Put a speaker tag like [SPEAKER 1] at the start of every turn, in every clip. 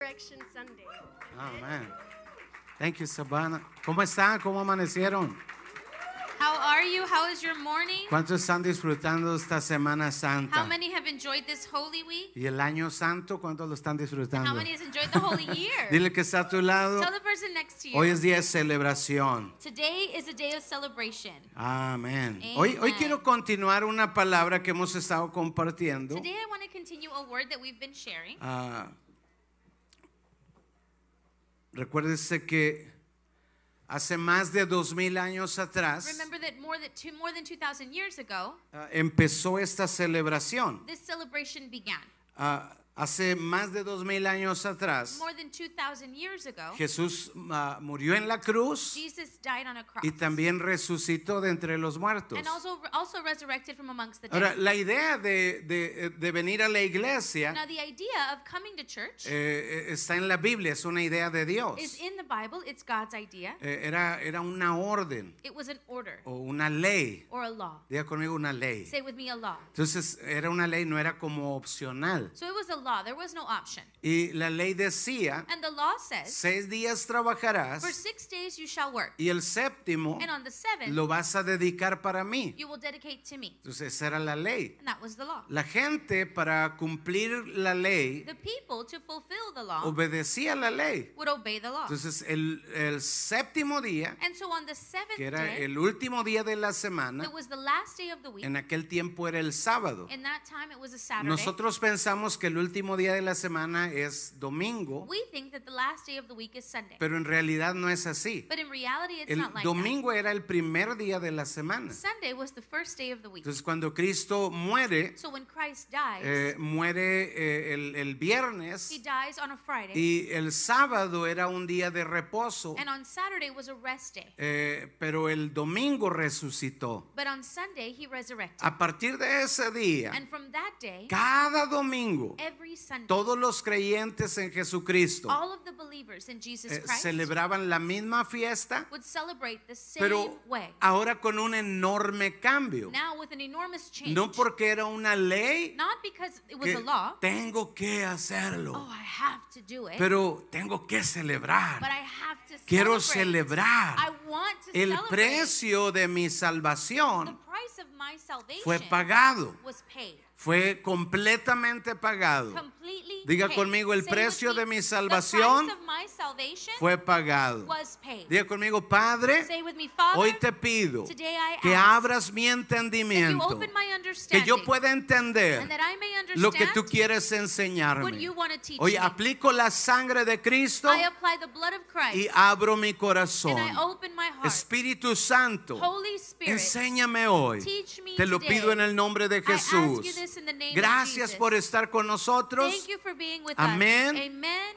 [SPEAKER 1] Resurrection Sunday.
[SPEAKER 2] Amén. Thank you, Sabana. ¿Cómo están? ¿Cómo amanecieron?
[SPEAKER 3] How are you? How is your morning?
[SPEAKER 2] ¿Cuántos están disfrutando esta Semana
[SPEAKER 3] How
[SPEAKER 2] Santa?
[SPEAKER 3] many have enjoyed this holy week?
[SPEAKER 2] ¿Y el año santo cuántos lo están
[SPEAKER 3] How
[SPEAKER 2] disfrutando?
[SPEAKER 3] many has enjoyed the holy year?
[SPEAKER 2] Dile que está a tu lado.
[SPEAKER 3] Tell the person next to you.
[SPEAKER 2] Hoy es día de celebración.
[SPEAKER 3] Today is a day of celebration.
[SPEAKER 2] Oh. Amén. Hoy, hoy
[SPEAKER 3] Amen.
[SPEAKER 2] quiero continuar una palabra que hemos estado compartiendo.
[SPEAKER 3] Today I want to continue a word that we've been sharing.
[SPEAKER 2] Ah, recuérdese que hace más de dos mil años atrás
[SPEAKER 3] Remember that more than two more than 2000 years ago,
[SPEAKER 2] ah, empezó esta celebración.
[SPEAKER 3] this celebration began.
[SPEAKER 2] Ah, hace más de dos mil años atrás
[SPEAKER 3] More than 2000 years ago,
[SPEAKER 2] Jesús ah, murió en la cruz
[SPEAKER 3] Jesus died on a cross
[SPEAKER 2] y también resucitó de entre los muertos.
[SPEAKER 3] and also also resurrected from amongst the
[SPEAKER 2] Ahora,
[SPEAKER 3] dead.
[SPEAKER 2] la idea de, de- de venir a la
[SPEAKER 3] Now
[SPEAKER 2] iglesia
[SPEAKER 3] the idea of coming to church
[SPEAKER 2] eh, eh, está en la Biblia, es una idea de Dios.
[SPEAKER 3] is in the Bible, it's God's idea.
[SPEAKER 2] Eh, era, era una orden
[SPEAKER 3] It was an order
[SPEAKER 2] o una ley.
[SPEAKER 3] or a law.
[SPEAKER 2] Diga conmigo una ley.
[SPEAKER 3] Say with me a law.
[SPEAKER 2] Entonces era una ley, no era como opcional.
[SPEAKER 3] So it was a law. There was no option.
[SPEAKER 2] Y la ley decía,
[SPEAKER 3] And the law says,
[SPEAKER 2] seis días trabajarás
[SPEAKER 3] for six days you shall work,
[SPEAKER 2] y el séptimo
[SPEAKER 3] and on the seventh
[SPEAKER 2] lo vas a dedicar para mí.
[SPEAKER 3] you will dedicate to me.
[SPEAKER 2] Entonces esa era la ley.
[SPEAKER 3] And that was the law.
[SPEAKER 2] La gente para cumplir la ley
[SPEAKER 3] The people, to fulfill the law,
[SPEAKER 2] obedecía la ley.
[SPEAKER 3] would obey the law.
[SPEAKER 2] Entonces el, el séptimo día,
[SPEAKER 3] And so on the seventh
[SPEAKER 2] que era
[SPEAKER 3] day,
[SPEAKER 2] el último día de la semana,
[SPEAKER 3] that was the last day of the week.
[SPEAKER 2] en aquel tiempo era el sábado.
[SPEAKER 3] In that time, it was a Saturday.
[SPEAKER 2] Nosotros pensamos que el último día de la semana es domingo,
[SPEAKER 3] We think that the last day of the week is Sunday.
[SPEAKER 2] pero en realidad no es así.
[SPEAKER 3] But in reality, it's
[SPEAKER 2] El
[SPEAKER 3] not like that.
[SPEAKER 2] domingo era el primer día de la semana.
[SPEAKER 3] Sunday was the first day of the week.
[SPEAKER 2] Entonces cuando Cristo muere,
[SPEAKER 3] So when Christ dies,
[SPEAKER 2] eh, muere eh, el, el
[SPEAKER 3] he
[SPEAKER 2] viernes
[SPEAKER 3] dies on a Friday,
[SPEAKER 2] y el sábado era un día de reposo,
[SPEAKER 3] and on Saturday was a rest day.
[SPEAKER 2] eh, pero el domingo resucitó.
[SPEAKER 3] But on Sunday, he resurrected.
[SPEAKER 2] A partir de ese día,
[SPEAKER 3] And from that day,
[SPEAKER 2] cada domingo,
[SPEAKER 3] every Sunday,
[SPEAKER 2] todos los creyentes en Jesucristo
[SPEAKER 3] all of the believers in Jesus
[SPEAKER 2] eh,
[SPEAKER 3] Christ
[SPEAKER 2] celebraban la misma fiesta,
[SPEAKER 3] would celebrate the same
[SPEAKER 2] pero
[SPEAKER 3] way.
[SPEAKER 2] ahora con un enorme cambio.
[SPEAKER 3] Now, with an enormous change,
[SPEAKER 2] No porque era una ley,
[SPEAKER 3] not because it was
[SPEAKER 2] que
[SPEAKER 3] a law,
[SPEAKER 2] tengo que hacerlo,
[SPEAKER 3] oh, I have to do it,
[SPEAKER 2] pero tengo que celebrar.
[SPEAKER 3] but I have to
[SPEAKER 2] Quiero
[SPEAKER 3] celebrate.
[SPEAKER 2] celebrar.
[SPEAKER 3] I want to
[SPEAKER 2] El
[SPEAKER 3] celebrate.
[SPEAKER 2] precio de mi
[SPEAKER 3] the
[SPEAKER 2] salvación
[SPEAKER 3] price of my salvation
[SPEAKER 2] fue pagado,
[SPEAKER 3] was paid.
[SPEAKER 2] fue completamente pagado,
[SPEAKER 3] Completely
[SPEAKER 2] Diga
[SPEAKER 3] paid.
[SPEAKER 2] conmigo, el
[SPEAKER 3] Say with
[SPEAKER 2] precio
[SPEAKER 3] me,
[SPEAKER 2] de mi
[SPEAKER 3] the
[SPEAKER 2] salvación
[SPEAKER 3] price of my salvation
[SPEAKER 2] fue pagado.
[SPEAKER 3] was paid.
[SPEAKER 2] Diga conmigo, Padre,
[SPEAKER 3] Say with me, Father,
[SPEAKER 2] hoy te pido
[SPEAKER 3] today I
[SPEAKER 2] que
[SPEAKER 3] ask
[SPEAKER 2] abras mi
[SPEAKER 3] that you
[SPEAKER 2] entendimiento,
[SPEAKER 3] open my
[SPEAKER 2] que
[SPEAKER 3] understanding
[SPEAKER 2] yo pueda entender
[SPEAKER 3] and that I may understand
[SPEAKER 2] lo que tú quieres
[SPEAKER 3] what
[SPEAKER 2] enseñarme.
[SPEAKER 3] you want to teach
[SPEAKER 2] Hoy
[SPEAKER 3] me.
[SPEAKER 2] aplico la sangre de Cristo
[SPEAKER 3] I apply the blood of Christ
[SPEAKER 2] y abro mi
[SPEAKER 3] and
[SPEAKER 2] corazón.
[SPEAKER 3] I open my heart.
[SPEAKER 2] Espíritu Santo,
[SPEAKER 3] Holy Spirit,
[SPEAKER 2] Enséñame hoy.
[SPEAKER 3] Teach me
[SPEAKER 2] Te lo
[SPEAKER 3] today.
[SPEAKER 2] pido en el nombre de
[SPEAKER 3] I ask you
[SPEAKER 2] Jesús.
[SPEAKER 3] this in the name of
[SPEAKER 2] Gracias
[SPEAKER 3] Jesus.
[SPEAKER 2] por estar con nosotros.
[SPEAKER 3] thank you for being with
[SPEAKER 2] Amén.
[SPEAKER 3] us.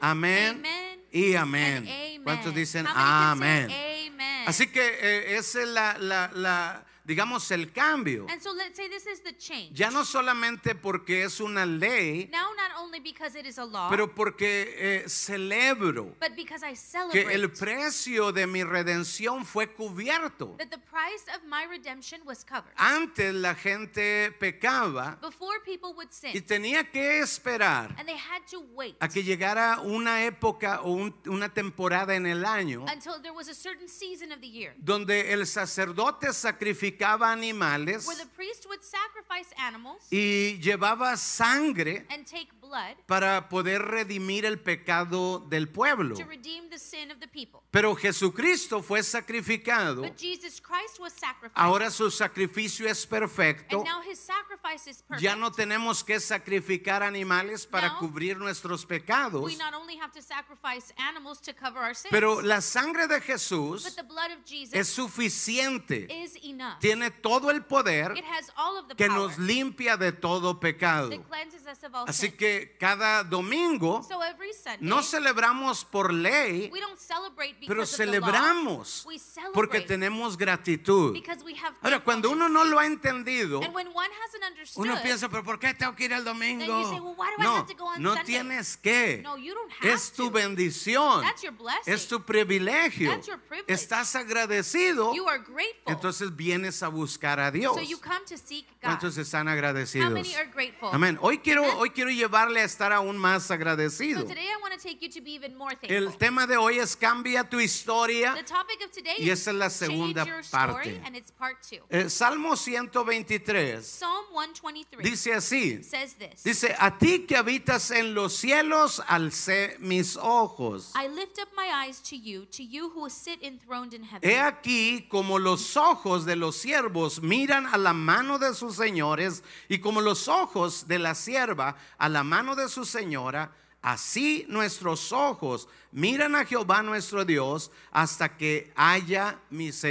[SPEAKER 3] Amen.
[SPEAKER 2] Amén.
[SPEAKER 3] Amen.
[SPEAKER 2] Y
[SPEAKER 3] and
[SPEAKER 2] amén.
[SPEAKER 3] amen.
[SPEAKER 2] ¿Cuántos dicen
[SPEAKER 3] How many can
[SPEAKER 2] amén?
[SPEAKER 3] say amen?
[SPEAKER 2] Así que eh, esa es la, la- la- digamos, el cambio.
[SPEAKER 3] and so let's say this is the change.
[SPEAKER 2] Ya no solamente porque es una ley,
[SPEAKER 3] now not only because it is a law,
[SPEAKER 2] pero porque eh, celebro
[SPEAKER 3] but because I
[SPEAKER 2] que
[SPEAKER 3] celebrate
[SPEAKER 2] el precio de mi redención fue cubierto.
[SPEAKER 3] that the price of my redemption was covered.
[SPEAKER 2] Antes la gente pecaba
[SPEAKER 3] Before people would sin,
[SPEAKER 2] y tenía que esperar
[SPEAKER 3] and they had to wait
[SPEAKER 2] a que llegara una época o un- una temporada en el año
[SPEAKER 3] until there was a certain season of the year
[SPEAKER 2] donde el sacerdote sacrificaba animales
[SPEAKER 3] where the priest would sacrifice animals
[SPEAKER 2] y llevaba sangre
[SPEAKER 3] and take blood
[SPEAKER 2] para poder redimir el pecado del pueblo.
[SPEAKER 3] to redeem the sin of the people.
[SPEAKER 2] Pero Jesucristo fue sacrificado,
[SPEAKER 3] But Jesus Christ was sacrificed.
[SPEAKER 2] ahora su sacrificio es perfecto.
[SPEAKER 3] and now his sacrifice is perfect.
[SPEAKER 2] Ya no tenemos que sacrificar animales para
[SPEAKER 3] Now,
[SPEAKER 2] cubrir nuestros pecados,
[SPEAKER 3] we not only have to sacrifice animals to cover our sins,
[SPEAKER 2] pero la sangre de Jesús
[SPEAKER 3] but the blood of
[SPEAKER 2] es
[SPEAKER 3] Jesus
[SPEAKER 2] suficiente.
[SPEAKER 3] is enough.
[SPEAKER 2] tiene todo el poder
[SPEAKER 3] It has all of the
[SPEAKER 2] que
[SPEAKER 3] power
[SPEAKER 2] nos limpia de todo pecado.
[SPEAKER 3] that cleanses us of all
[SPEAKER 2] Así
[SPEAKER 3] sin.
[SPEAKER 2] que cada domingo
[SPEAKER 3] so every Sunday,
[SPEAKER 2] no celebramos por ley,
[SPEAKER 3] we don't celebrate because
[SPEAKER 2] pero
[SPEAKER 3] of the law.
[SPEAKER 2] celebramos
[SPEAKER 3] We celebrate
[SPEAKER 2] porque tenemos gratitud.
[SPEAKER 3] because we have
[SPEAKER 2] Ahora, cuando uno
[SPEAKER 3] thankfulness.
[SPEAKER 2] no lo ha entendido,
[SPEAKER 3] And when one hasn't understood,
[SPEAKER 2] uno piensa, pero ¿por qué tengo que ir el
[SPEAKER 3] Then you say,
[SPEAKER 2] domingo?
[SPEAKER 3] "Well, why do I
[SPEAKER 2] No,
[SPEAKER 3] have to go on
[SPEAKER 2] no
[SPEAKER 3] Sunday?"
[SPEAKER 2] tienes que.
[SPEAKER 3] no, you don't have
[SPEAKER 2] Es tu
[SPEAKER 3] to.
[SPEAKER 2] bendición,
[SPEAKER 3] That's your blessing.
[SPEAKER 2] es tu privilegio.
[SPEAKER 3] That's your privilege.
[SPEAKER 2] Estás agradecido,
[SPEAKER 3] you are grateful.
[SPEAKER 2] entonces vienes a buscar a Dios.
[SPEAKER 3] so you come to seek God.
[SPEAKER 2] ¿Cuántos están
[SPEAKER 3] How
[SPEAKER 2] agradecidos?
[SPEAKER 3] many are grateful?
[SPEAKER 2] Amén. Hoy quiero,
[SPEAKER 3] Amen.
[SPEAKER 2] hoy quiero llevar llevarle a estar aún más
[SPEAKER 3] So
[SPEAKER 2] agradecido.
[SPEAKER 3] today I want to take you to be even more thankful.
[SPEAKER 2] El tema de hoy es cambia tu historia.
[SPEAKER 3] the topic of today
[SPEAKER 2] Y
[SPEAKER 3] is
[SPEAKER 2] esa es la
[SPEAKER 3] change
[SPEAKER 2] segunda
[SPEAKER 3] your
[SPEAKER 2] parte.
[SPEAKER 3] story and it's part 2.
[SPEAKER 2] Eh, Salmo 123
[SPEAKER 3] Psalm 123
[SPEAKER 2] dice así.
[SPEAKER 3] says this.
[SPEAKER 2] Dice, a ti que habitas en los cielos, alcé mis ojos.
[SPEAKER 3] I lift up my eyes to you, to you who sit enthroned in heaven.
[SPEAKER 2] He aquí como los ojos de los siervos miran a la mano de sus señores y como los ojos de la sierva a la mano de su señora, así nuestros ojos miran a Jehová nuestro Dios hasta que haya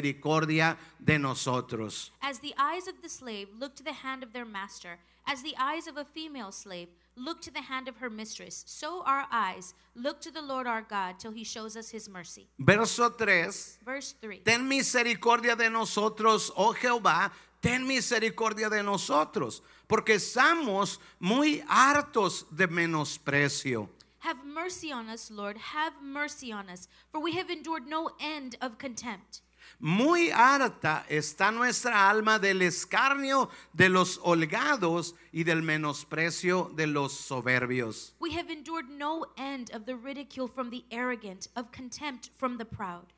[SPEAKER 2] misericordia de nosotros.
[SPEAKER 3] As the eyes of the slave look to the hand of their master, as the eyes of a female slave look to the hand of her mistress, so our eyes look to the Lord our God till he shows us his mercy.
[SPEAKER 2] Verso 3.
[SPEAKER 3] Verse 3
[SPEAKER 2] Ten misericordia de nosotros, oh Jehová, ten misericordia de nosotros, porque estamos muy hartos de menosprecio.
[SPEAKER 3] Have mercy on us, Lord, have mercy on us, for we have endured no end of contempt.
[SPEAKER 2] Muy harta está nuestra alma del escarnio de los holgados y del menosprecio de los soberbios.
[SPEAKER 3] We have endured no end of the ridicule from the arrogant, of contempt from the proud.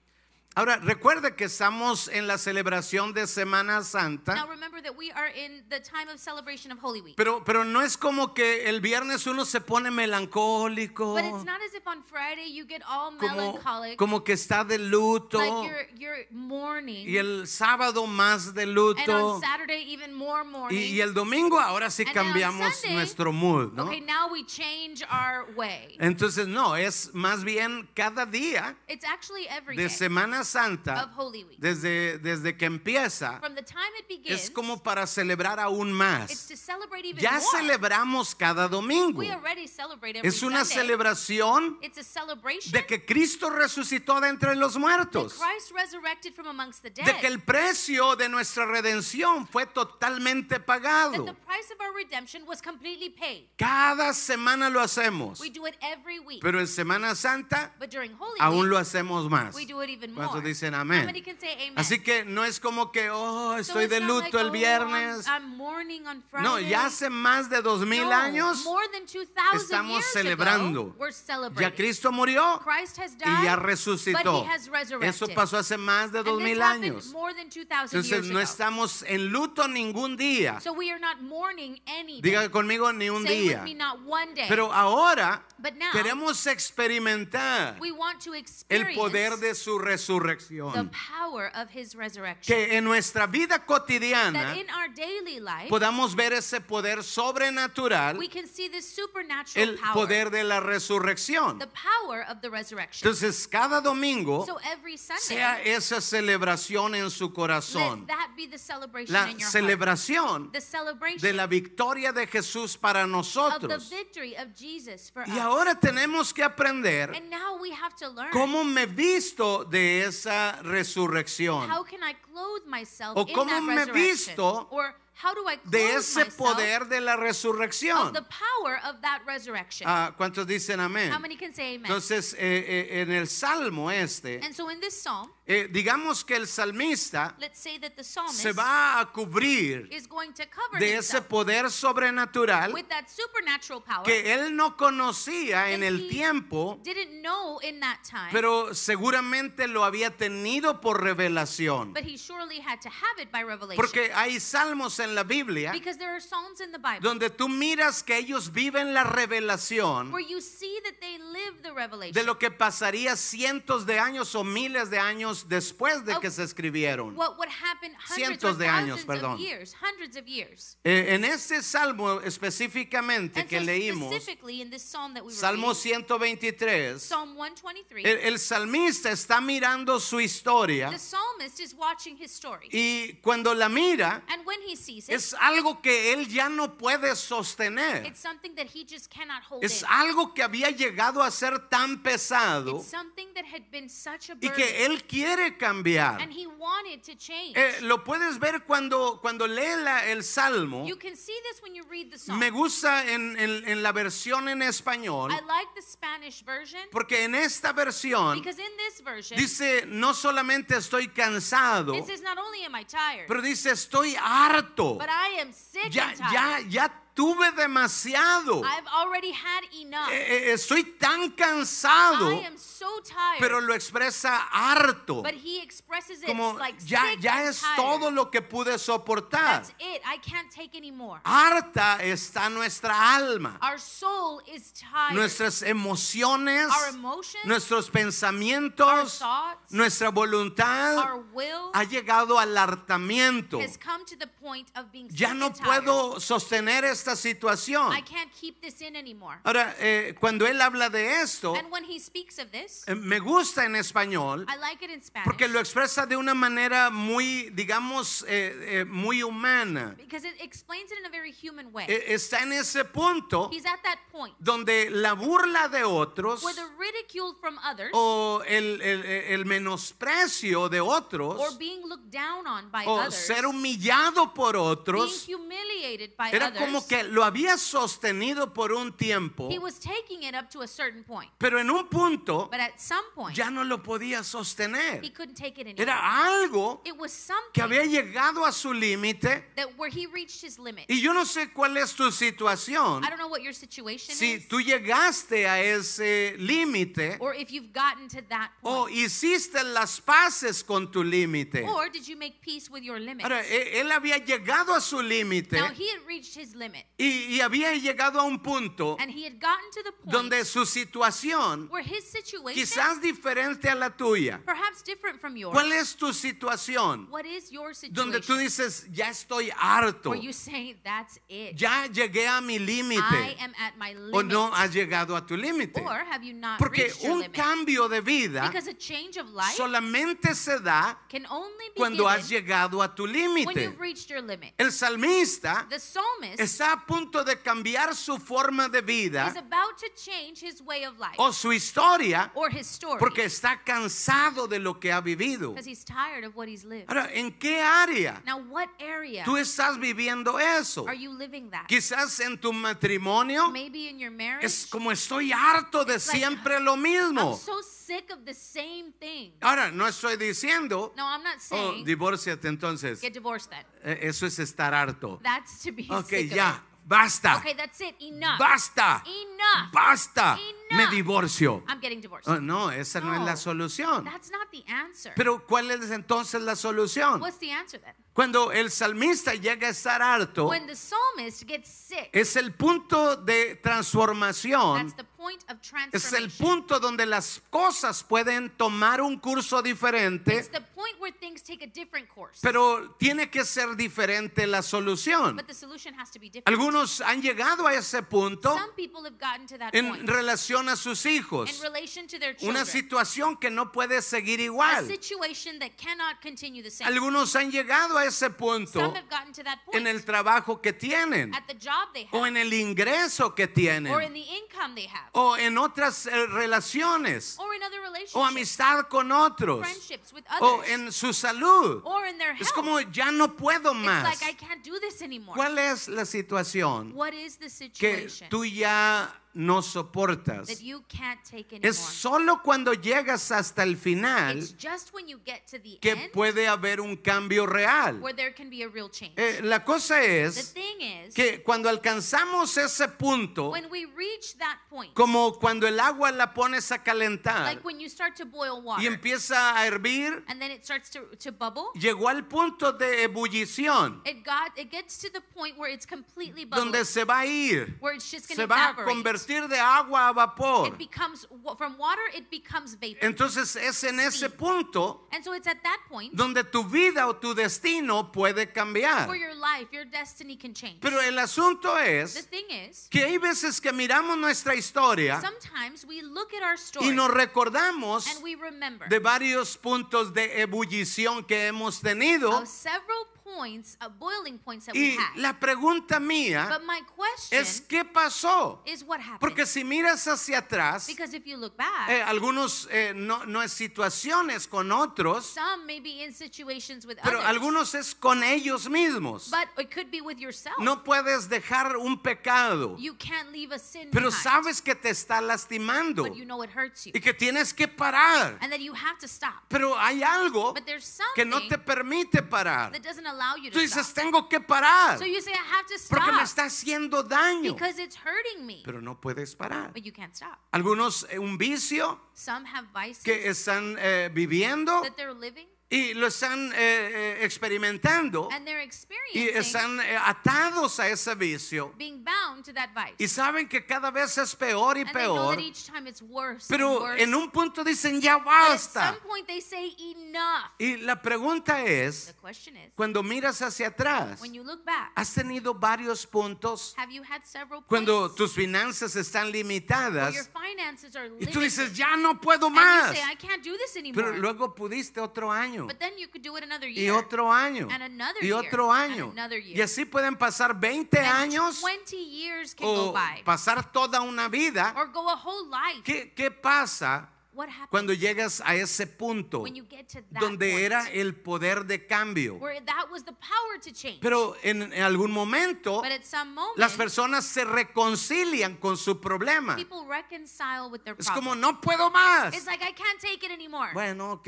[SPEAKER 2] Ahora, recuerde que estamos en la celebración de Semana
[SPEAKER 3] Now
[SPEAKER 2] Santa,
[SPEAKER 3] remember that we are in the time of celebration of Holy Week.
[SPEAKER 2] pero, pero no es como que el viernes uno se pone melancólico,
[SPEAKER 3] But it's not as if on Friday you get all
[SPEAKER 2] como,
[SPEAKER 3] melancholic,
[SPEAKER 2] como que está de luto,
[SPEAKER 3] like you're, you're mourning,
[SPEAKER 2] y el sábado más de
[SPEAKER 3] and on
[SPEAKER 2] luto,
[SPEAKER 3] Saturday even more
[SPEAKER 2] y,
[SPEAKER 3] mourning.
[SPEAKER 2] y el domingo ahora sí
[SPEAKER 3] And then on
[SPEAKER 2] cambiamos
[SPEAKER 3] Sunday,
[SPEAKER 2] nuestro mood, ¿no?
[SPEAKER 3] Okay, now we change our way.
[SPEAKER 2] Entonces, no, es más bien cada día
[SPEAKER 3] It's actually every day
[SPEAKER 2] de Semana
[SPEAKER 3] of
[SPEAKER 2] Santa,
[SPEAKER 3] Holy Week.
[SPEAKER 2] desde, desde que empieza,
[SPEAKER 3] From the time it begins,
[SPEAKER 2] es como para celebrar aún
[SPEAKER 3] it's
[SPEAKER 2] más.
[SPEAKER 3] to celebrate even
[SPEAKER 2] Ya
[SPEAKER 3] more.
[SPEAKER 2] celebramos cada domingo.
[SPEAKER 3] we already celebrate every
[SPEAKER 2] Es una
[SPEAKER 3] Sunday.
[SPEAKER 2] celebración
[SPEAKER 3] It's a celebration
[SPEAKER 2] de que Cristo resucitó de entre los
[SPEAKER 3] that
[SPEAKER 2] muertos.
[SPEAKER 3] Christ resurrected from amongst the dead.
[SPEAKER 2] De que el precio de nuestra redención fue totalmente
[SPEAKER 3] that the
[SPEAKER 2] pagado.
[SPEAKER 3] price of our redemption was completely paid.
[SPEAKER 2] Cada semana lo hacemos.
[SPEAKER 3] We do it every week.
[SPEAKER 2] Pero en Semana Santa
[SPEAKER 3] but during Holy Week,
[SPEAKER 2] aún lo hacemos más.
[SPEAKER 3] we do it even more.
[SPEAKER 2] ¿Cuántos dicen
[SPEAKER 3] How
[SPEAKER 2] amén?
[SPEAKER 3] many can say amen?
[SPEAKER 2] Así que no es como que, oh,
[SPEAKER 3] So
[SPEAKER 2] estoy
[SPEAKER 3] it's
[SPEAKER 2] de
[SPEAKER 3] not
[SPEAKER 2] luto
[SPEAKER 3] like,
[SPEAKER 2] el
[SPEAKER 3] "Oh,
[SPEAKER 2] viernes.
[SPEAKER 3] I'm, I'm mourning on Friday.
[SPEAKER 2] No, ya hace más de dos mil
[SPEAKER 3] No,
[SPEAKER 2] años
[SPEAKER 3] more than 2000
[SPEAKER 2] estamos
[SPEAKER 3] years
[SPEAKER 2] celebrando.
[SPEAKER 3] Ago, we're
[SPEAKER 2] ya
[SPEAKER 3] celebrating.
[SPEAKER 2] Cristo murió
[SPEAKER 3] Christ has died,
[SPEAKER 2] y ya
[SPEAKER 3] But
[SPEAKER 2] resucitó.
[SPEAKER 3] he has resurrected.
[SPEAKER 2] Eso pasó hace más de
[SPEAKER 3] And
[SPEAKER 2] dos
[SPEAKER 3] this
[SPEAKER 2] mil
[SPEAKER 3] happened
[SPEAKER 2] años.
[SPEAKER 3] More than 2000
[SPEAKER 2] Entonces
[SPEAKER 3] years
[SPEAKER 2] no
[SPEAKER 3] ago.
[SPEAKER 2] estamos en luto ningún día.
[SPEAKER 3] So we are not mourning any day.
[SPEAKER 2] Diga conmigo ni un
[SPEAKER 3] Say
[SPEAKER 2] día.
[SPEAKER 3] with me, not one day.
[SPEAKER 2] Pero ahora
[SPEAKER 3] But now,
[SPEAKER 2] queremos experimentar
[SPEAKER 3] we want to
[SPEAKER 2] el
[SPEAKER 3] experience
[SPEAKER 2] poder de su
[SPEAKER 3] the
[SPEAKER 2] resurrección.
[SPEAKER 3] power of his resurrection.
[SPEAKER 2] Que en nuestra vida cotidiana
[SPEAKER 3] that in our daily life,
[SPEAKER 2] podamos ver ese poder sobrenatural,
[SPEAKER 3] we can see this supernatural
[SPEAKER 2] el
[SPEAKER 3] power,
[SPEAKER 2] poder de la resurrección.
[SPEAKER 3] the power of the resurrection.
[SPEAKER 2] Entonces cada domingo
[SPEAKER 3] so every Sunday,
[SPEAKER 2] sea esa celebración en su
[SPEAKER 3] let
[SPEAKER 2] corazón,
[SPEAKER 3] that be the celebration
[SPEAKER 2] la
[SPEAKER 3] in your heart.
[SPEAKER 2] celebración
[SPEAKER 3] The celebration
[SPEAKER 2] de la victoria de Jesús para
[SPEAKER 3] of the
[SPEAKER 2] nosotros.
[SPEAKER 3] victory of Jesus for
[SPEAKER 2] Y
[SPEAKER 3] us.
[SPEAKER 2] ahora tenemos que aprender
[SPEAKER 3] and now we have to learn
[SPEAKER 2] cómo me visto de esa resurrección,
[SPEAKER 3] how can I clothe myself
[SPEAKER 2] O
[SPEAKER 3] in
[SPEAKER 2] cómo
[SPEAKER 3] that
[SPEAKER 2] me
[SPEAKER 3] resurrection?
[SPEAKER 2] visto
[SPEAKER 3] or how do I clothe
[SPEAKER 2] de ese
[SPEAKER 3] myself
[SPEAKER 2] poder de la
[SPEAKER 3] of the
[SPEAKER 2] resurrección.
[SPEAKER 3] power of that resurrection?
[SPEAKER 2] Ah, ¿Cuántos dicen amén?
[SPEAKER 3] How many can say amen?
[SPEAKER 2] Entonces, eh, eh, en el Salmo este,
[SPEAKER 3] and so in this psalm,
[SPEAKER 2] Eh, digamos que el salmista
[SPEAKER 3] let's say that the psalmist
[SPEAKER 2] se va a cubrir
[SPEAKER 3] is going to cover
[SPEAKER 2] de ese
[SPEAKER 3] himself
[SPEAKER 2] poder sobrenatural
[SPEAKER 3] with that supernatural power
[SPEAKER 2] que él no conocía en
[SPEAKER 3] that
[SPEAKER 2] el
[SPEAKER 3] he
[SPEAKER 2] tiempo,
[SPEAKER 3] didn't know in that time,
[SPEAKER 2] pero seguramente lo había tenido por revelación.
[SPEAKER 3] but he surely had to have it by revelation.
[SPEAKER 2] Porque hay salmos en la Biblia
[SPEAKER 3] because there are psalms in the Bible
[SPEAKER 2] donde tú miras que ellos viven la revelación
[SPEAKER 3] where you see that they live the revelation
[SPEAKER 2] de lo que pasaría cientos de años o miles de años después de
[SPEAKER 3] Of
[SPEAKER 2] que se escribieron.
[SPEAKER 3] what would happen hundreds
[SPEAKER 2] Cientos
[SPEAKER 3] or
[SPEAKER 2] de años,
[SPEAKER 3] thousands
[SPEAKER 2] perdón.
[SPEAKER 3] of years, hundreds of years.
[SPEAKER 2] Eh, en este salmo específicamente
[SPEAKER 3] And
[SPEAKER 2] que
[SPEAKER 3] so
[SPEAKER 2] leímos,
[SPEAKER 3] specifically in this psalm that we were
[SPEAKER 2] Salmo
[SPEAKER 3] reading,
[SPEAKER 2] 123.
[SPEAKER 3] Psalm 123,
[SPEAKER 2] El, el salmista está mirando su
[SPEAKER 3] the
[SPEAKER 2] historia
[SPEAKER 3] psalmist is watching his story.
[SPEAKER 2] y cuando la mira
[SPEAKER 3] and when he sees it,
[SPEAKER 2] es algo que él ya no puede sostener.
[SPEAKER 3] it's something that he just cannot hold
[SPEAKER 2] Es
[SPEAKER 3] in.
[SPEAKER 2] algo que había llegado a ser tan pesado
[SPEAKER 3] It's something that had been such a
[SPEAKER 2] y
[SPEAKER 3] burden.
[SPEAKER 2] que él quiere cambiar.
[SPEAKER 3] and he wanted to change.
[SPEAKER 2] Eh, lo puedes ver cuando, cuando lee la- el salmo.
[SPEAKER 3] you can see this when you read the psalm.
[SPEAKER 2] Me gusta en, en- en la versión en español
[SPEAKER 3] I like the Spanish version
[SPEAKER 2] porque en esta versión
[SPEAKER 3] because in this version
[SPEAKER 2] dice no solamente estoy cansado,
[SPEAKER 3] it says not only am I tired,
[SPEAKER 2] pero dice estoy harto.
[SPEAKER 3] but I am sick
[SPEAKER 2] ya,
[SPEAKER 3] and tired.
[SPEAKER 2] ya, ya tuve demasiado.
[SPEAKER 3] I've already had enough.
[SPEAKER 2] Eh, eh, Estoy tan cansado,
[SPEAKER 3] I am so tired.
[SPEAKER 2] pero lo expresa harto.
[SPEAKER 3] but he expresses it
[SPEAKER 2] Como
[SPEAKER 3] like
[SPEAKER 2] ya,
[SPEAKER 3] sick
[SPEAKER 2] ya
[SPEAKER 3] and
[SPEAKER 2] es
[SPEAKER 3] tired.
[SPEAKER 2] todo lo que pude soportar.
[SPEAKER 3] That's it. I can't take anymore.
[SPEAKER 2] Ah. Harta está nuestra alma,
[SPEAKER 3] Our soul is tired.
[SPEAKER 2] nuestras emociones,
[SPEAKER 3] our emotions,
[SPEAKER 2] nuestros
[SPEAKER 3] our
[SPEAKER 2] pensamientos,
[SPEAKER 3] thoughts,
[SPEAKER 2] nuestra
[SPEAKER 3] our
[SPEAKER 2] voluntad
[SPEAKER 3] will
[SPEAKER 2] ha llegado al hartamiento.
[SPEAKER 3] has come to the point of being
[SPEAKER 2] Ya
[SPEAKER 3] sick
[SPEAKER 2] no
[SPEAKER 3] and tired.
[SPEAKER 2] puedo sostener esta situación.
[SPEAKER 3] I can't keep this in anymore.
[SPEAKER 2] Ahora, eh, cuando él habla de esto,
[SPEAKER 3] and when he speaks of this,
[SPEAKER 2] eh, me gusta en español
[SPEAKER 3] I like it in Spanish
[SPEAKER 2] porque lo expresa de una manera muy, digamos, eh, eh, muy humana.
[SPEAKER 3] because it explains it in a very human way.
[SPEAKER 2] Eh, oh. está en ese punto
[SPEAKER 3] He's at that point
[SPEAKER 2] donde la burla de otros
[SPEAKER 3] where the ridicule from others
[SPEAKER 2] o el, el- el menosprecio de
[SPEAKER 3] or
[SPEAKER 2] otros
[SPEAKER 3] being looked down on by
[SPEAKER 2] o
[SPEAKER 3] others,
[SPEAKER 2] oh, ser humillado por
[SPEAKER 3] being
[SPEAKER 2] otros
[SPEAKER 3] humiliated by
[SPEAKER 2] era
[SPEAKER 3] others,
[SPEAKER 2] como que oh. lo había sostenido por un tiempo,
[SPEAKER 3] he was taking it up to a certain point.
[SPEAKER 2] pero en un punto
[SPEAKER 3] But at some point,
[SPEAKER 2] ya no lo podía
[SPEAKER 3] he
[SPEAKER 2] sostener.
[SPEAKER 3] couldn't take it anymore.
[SPEAKER 2] Era algo
[SPEAKER 3] it was
[SPEAKER 2] que
[SPEAKER 3] something
[SPEAKER 2] había llegado a su límite
[SPEAKER 3] that where he reached his limit.
[SPEAKER 2] y yo no sé cuál es tu situación.
[SPEAKER 3] I don't know what your situation
[SPEAKER 2] Si
[SPEAKER 3] is,
[SPEAKER 2] tú llegaste a ese límite
[SPEAKER 3] or if you've gotten to that
[SPEAKER 2] o
[SPEAKER 3] point,
[SPEAKER 2] hiciste las paces con tu límite.
[SPEAKER 3] or did you make peace with your limits?
[SPEAKER 2] Ahora, e- él había llegado a su límite
[SPEAKER 3] Now he had reached his limit,
[SPEAKER 2] y, y había llegado a un punto
[SPEAKER 3] and he had gotten to the point
[SPEAKER 2] donde su situación,
[SPEAKER 3] where his situation,
[SPEAKER 2] quizás diferente a la tuya,
[SPEAKER 3] perhaps different from yours,
[SPEAKER 2] ¿cuál es tu situación?
[SPEAKER 3] what is your situation?
[SPEAKER 2] Donde tú dices, ya estoy harto,
[SPEAKER 3] where you say, "That's it,
[SPEAKER 2] ya llegué a mi
[SPEAKER 3] I
[SPEAKER 2] límite,
[SPEAKER 3] am at my limit,"
[SPEAKER 2] o no has llegado a tu límite.
[SPEAKER 3] or have you not
[SPEAKER 2] Porque
[SPEAKER 3] reached your
[SPEAKER 2] un
[SPEAKER 3] limit?
[SPEAKER 2] cambio de vida
[SPEAKER 3] because a change of life
[SPEAKER 2] solamente se da
[SPEAKER 3] can only be
[SPEAKER 2] cuando
[SPEAKER 3] given
[SPEAKER 2] has llegado a tu
[SPEAKER 3] when
[SPEAKER 2] límite.
[SPEAKER 3] you've reached your limit.
[SPEAKER 2] El salmista
[SPEAKER 3] The psalmist
[SPEAKER 2] está a punto de cambiar su forma de vida
[SPEAKER 3] is about to change his way of life
[SPEAKER 2] o su historia
[SPEAKER 3] or his story
[SPEAKER 2] Oh, porque está cansado de lo que ha vivido.
[SPEAKER 3] because he's tired of what he's lived.
[SPEAKER 2] Ahora, ¿en qué área
[SPEAKER 3] Now, what area
[SPEAKER 2] tú estás viviendo eso?
[SPEAKER 3] are you living that?
[SPEAKER 2] Quizás en tu matrimonio
[SPEAKER 3] Maybe in your marriage.
[SPEAKER 2] es como estoy harto de
[SPEAKER 3] It's like,
[SPEAKER 2] siempre lo
[SPEAKER 3] I'm
[SPEAKER 2] mismo.
[SPEAKER 3] so sick of the same thing.
[SPEAKER 2] Ahora, no estoy diciendo,
[SPEAKER 3] No, I'm not
[SPEAKER 2] oh,
[SPEAKER 3] saying
[SPEAKER 2] divórciate entonces.
[SPEAKER 3] get divorced then.
[SPEAKER 2] Eh, Eso es estar harto.
[SPEAKER 3] That's to be
[SPEAKER 2] Ok,
[SPEAKER 3] sick
[SPEAKER 2] ya,
[SPEAKER 3] of
[SPEAKER 2] basta,
[SPEAKER 3] it. Okay, that's it. Enough.
[SPEAKER 2] basta,
[SPEAKER 3] Enough.
[SPEAKER 2] basta, me
[SPEAKER 3] Enough.
[SPEAKER 2] divorcio.
[SPEAKER 3] I'm getting divorced.
[SPEAKER 2] Oh, no, esa no es la
[SPEAKER 3] No.
[SPEAKER 2] solución.
[SPEAKER 3] That's not the answer.
[SPEAKER 2] Pero um, ¿cuál es entonces la solución?
[SPEAKER 3] What's the answer then?
[SPEAKER 2] Cuando el salmista llega a estar harto,
[SPEAKER 3] When the psalmist gets sick,
[SPEAKER 2] es el punto de
[SPEAKER 3] that's
[SPEAKER 2] transformación,
[SPEAKER 3] the point of
[SPEAKER 2] es um, el
[SPEAKER 3] transformation.
[SPEAKER 2] punto donde las cosas pueden tomar un curso
[SPEAKER 3] It's
[SPEAKER 2] diferente,
[SPEAKER 3] the point where things take a different course.
[SPEAKER 2] pero um, tiene que ser diferente la solución.
[SPEAKER 3] But the solution has to be different.
[SPEAKER 2] Algunos han llegado a ese punto
[SPEAKER 3] Some people have gotten to that
[SPEAKER 2] en
[SPEAKER 3] point
[SPEAKER 2] relación a sus
[SPEAKER 3] in
[SPEAKER 2] hijos,
[SPEAKER 3] relation to their children.
[SPEAKER 2] una situación que no puede seguir
[SPEAKER 3] a
[SPEAKER 2] igual.
[SPEAKER 3] situation that cannot continue the same.
[SPEAKER 2] Algunos han llegado a ese punto
[SPEAKER 3] Some have gotten to that point
[SPEAKER 2] en el trabajo que tienen.
[SPEAKER 3] at the job they
[SPEAKER 2] o
[SPEAKER 3] have
[SPEAKER 2] en el ingreso que
[SPEAKER 3] or in
[SPEAKER 2] tienen
[SPEAKER 3] the income they have
[SPEAKER 2] o en otras eh, relaciones
[SPEAKER 3] or in other
[SPEAKER 2] o
[SPEAKER 3] relationships,
[SPEAKER 2] amistad con otros
[SPEAKER 3] friendships with
[SPEAKER 2] o
[SPEAKER 3] others
[SPEAKER 2] en su salud
[SPEAKER 3] or in their
[SPEAKER 2] es
[SPEAKER 3] health.
[SPEAKER 2] Oh, como ya no puedo
[SPEAKER 3] It's
[SPEAKER 2] más
[SPEAKER 3] like I can't do this anymore.
[SPEAKER 2] ¿cuál es la situación
[SPEAKER 3] What is the
[SPEAKER 2] que
[SPEAKER 3] situation
[SPEAKER 2] tú ya no soportas?
[SPEAKER 3] that you can't take anymore?
[SPEAKER 2] Es solo cuando llegas hasta el final
[SPEAKER 3] It's just when you get to the
[SPEAKER 2] que
[SPEAKER 3] end
[SPEAKER 2] puede haber un cambio real
[SPEAKER 3] where there can be a real change.
[SPEAKER 2] Eh, la cosa
[SPEAKER 3] the
[SPEAKER 2] es
[SPEAKER 3] thing is,
[SPEAKER 2] que cuando alcanzamos ese punto
[SPEAKER 3] when we reach that point,
[SPEAKER 2] como cuando el agua la pones a calentar
[SPEAKER 3] like when you start to
[SPEAKER 2] y
[SPEAKER 3] boil water
[SPEAKER 2] empieza a hervir,
[SPEAKER 3] and then it starts to, to bubble,
[SPEAKER 2] llegó al punto de ebullición,
[SPEAKER 3] it got it gets to the point where it's completely bubbling,
[SPEAKER 2] donde se va a ir,
[SPEAKER 3] where it's just going to
[SPEAKER 2] se va a
[SPEAKER 3] evaporate.
[SPEAKER 2] convertir de agua a vapor.
[SPEAKER 3] It becomes wa- from water, it becomes vapor.
[SPEAKER 2] Entonces es en ese
[SPEAKER 3] Steam.
[SPEAKER 2] punto
[SPEAKER 3] and so it's at that point
[SPEAKER 2] donde tu vida o tu destino puede cambiar.
[SPEAKER 3] where your life, your destiny can change.
[SPEAKER 2] Pero el asunto
[SPEAKER 3] the
[SPEAKER 2] es
[SPEAKER 3] thing is,
[SPEAKER 2] que hay veces que miramos nuestra historia
[SPEAKER 3] sometimes we look at our story
[SPEAKER 2] y nos recordamos
[SPEAKER 3] and we remember
[SPEAKER 2] de varios puntos de ebullición que hemos tenido.
[SPEAKER 3] of several points, of boiling points that
[SPEAKER 2] Y
[SPEAKER 3] we had.
[SPEAKER 2] la pregunta mía
[SPEAKER 3] but my question
[SPEAKER 2] es, ¿qué pasó?
[SPEAKER 3] is what happened.
[SPEAKER 2] Porque si miras hacia atrás,
[SPEAKER 3] because if you look back,
[SPEAKER 2] eh, algunos eh, no, no es situaciones con otros,
[SPEAKER 3] some may be in situations with
[SPEAKER 2] pero
[SPEAKER 3] others,
[SPEAKER 2] algunos es con ellos mismos.
[SPEAKER 3] but it could be with yourself.
[SPEAKER 2] No puedes dejar un pecado,
[SPEAKER 3] you can't leave a sin
[SPEAKER 2] pero
[SPEAKER 3] behind,
[SPEAKER 2] sabes que te está lastimando
[SPEAKER 3] but you know it hurts you,
[SPEAKER 2] y que tienes que parar.
[SPEAKER 3] and that you have to stop.
[SPEAKER 2] Pero hay algo
[SPEAKER 3] But there's something
[SPEAKER 2] que no te permite parar.
[SPEAKER 3] that doesn't allow you
[SPEAKER 2] Tú
[SPEAKER 3] to
[SPEAKER 2] dices,
[SPEAKER 3] stop.
[SPEAKER 2] tengo que parar
[SPEAKER 3] So you say, I have to
[SPEAKER 2] porque me
[SPEAKER 3] stop
[SPEAKER 2] está haciendo daño,
[SPEAKER 3] because it's hurting me.
[SPEAKER 2] pero no puedes parar.
[SPEAKER 3] But you can't stop.
[SPEAKER 2] Algunos, eh, un vicio
[SPEAKER 3] Some have vices
[SPEAKER 2] que están eh, viviendo
[SPEAKER 3] that they're living
[SPEAKER 2] y lo están eh, eh, experimentando
[SPEAKER 3] and they're
[SPEAKER 2] y
[SPEAKER 3] experiencing
[SPEAKER 2] están eh, atados a ese vicio
[SPEAKER 3] being bound to that vice.
[SPEAKER 2] y saben que cada vez es peor y
[SPEAKER 3] and they know
[SPEAKER 2] peor,
[SPEAKER 3] that each time it's worse. and
[SPEAKER 2] pero
[SPEAKER 3] worse.
[SPEAKER 2] en un punto dicen ya
[SPEAKER 3] But at some
[SPEAKER 2] basta.
[SPEAKER 3] point they say enough.
[SPEAKER 2] Y la pregunta
[SPEAKER 3] The
[SPEAKER 2] es,
[SPEAKER 3] question is,
[SPEAKER 2] cuando miras hacia atrás,
[SPEAKER 3] when you look back,
[SPEAKER 2] ¿has tenido varios puntos?
[SPEAKER 3] have you had several
[SPEAKER 2] Cuando
[SPEAKER 3] points
[SPEAKER 2] tus finanzas están
[SPEAKER 3] where your
[SPEAKER 2] limitadas
[SPEAKER 3] finances are
[SPEAKER 2] y
[SPEAKER 3] limited?
[SPEAKER 2] tú dices, ya no puedo
[SPEAKER 3] and you
[SPEAKER 2] más.
[SPEAKER 3] say, I can't do this anymore.
[SPEAKER 2] Pero luego pudiste otro año.
[SPEAKER 3] but then you could do it another
[SPEAKER 2] Y
[SPEAKER 3] year.
[SPEAKER 2] otro año.
[SPEAKER 3] and another
[SPEAKER 2] Y
[SPEAKER 3] year,
[SPEAKER 2] otro
[SPEAKER 3] and
[SPEAKER 2] año.
[SPEAKER 3] another year.
[SPEAKER 2] Y así pueden pasar 20
[SPEAKER 3] and
[SPEAKER 2] años
[SPEAKER 3] 20 years can go
[SPEAKER 2] o
[SPEAKER 3] by.
[SPEAKER 2] pasar toda una vida.
[SPEAKER 3] or go a whole life.
[SPEAKER 2] ¿Qué, qué pasa
[SPEAKER 3] what happens
[SPEAKER 2] cuando llegas a ese punto
[SPEAKER 3] when you get to that
[SPEAKER 2] donde era
[SPEAKER 3] point,
[SPEAKER 2] el poder de cambio?
[SPEAKER 3] where that was the power to change?
[SPEAKER 2] Pero en, en algún momento
[SPEAKER 3] but at some moment,
[SPEAKER 2] Oh, las personas se reconcilian con su problema.
[SPEAKER 3] people reconcile with their
[SPEAKER 2] Es
[SPEAKER 3] problem.
[SPEAKER 2] como, no puedo más.
[SPEAKER 3] it's like, I can't take it anymore.
[SPEAKER 2] Bueno, ok.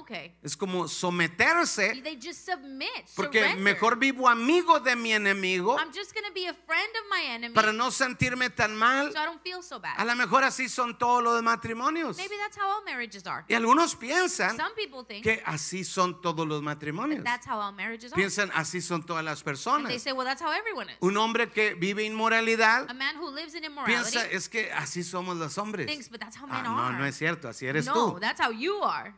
[SPEAKER 3] okay.
[SPEAKER 2] Es como someterse
[SPEAKER 3] They just submit.
[SPEAKER 2] porque
[SPEAKER 3] surrender.
[SPEAKER 2] mejor vivo amigo de mi enemigo
[SPEAKER 3] I'm just going to be a friend of my enemy
[SPEAKER 2] para no sentirme tan mal.
[SPEAKER 3] so I don't feel so bad.
[SPEAKER 2] A lo mejor así son todos los matrimonios.
[SPEAKER 3] Maybe that's how all marriages are.
[SPEAKER 2] Y algunos piensan
[SPEAKER 3] Some people think
[SPEAKER 2] que así son todos los
[SPEAKER 3] that
[SPEAKER 2] matrimonios.
[SPEAKER 3] that's how all marriages are.
[SPEAKER 2] Piensan así son todas las
[SPEAKER 3] And they
[SPEAKER 2] personas.
[SPEAKER 3] say, well, that's how everyone is.
[SPEAKER 2] Un hombre que vive inmoralidad
[SPEAKER 3] A man who lives in immorality
[SPEAKER 2] piensa es que así somos los
[SPEAKER 3] thinks,
[SPEAKER 2] hombres.
[SPEAKER 3] but that's how
[SPEAKER 2] Ah,
[SPEAKER 3] men
[SPEAKER 2] no,
[SPEAKER 3] are.
[SPEAKER 2] no es cierto, así eres
[SPEAKER 3] no,
[SPEAKER 2] tú.
[SPEAKER 3] that's how you are.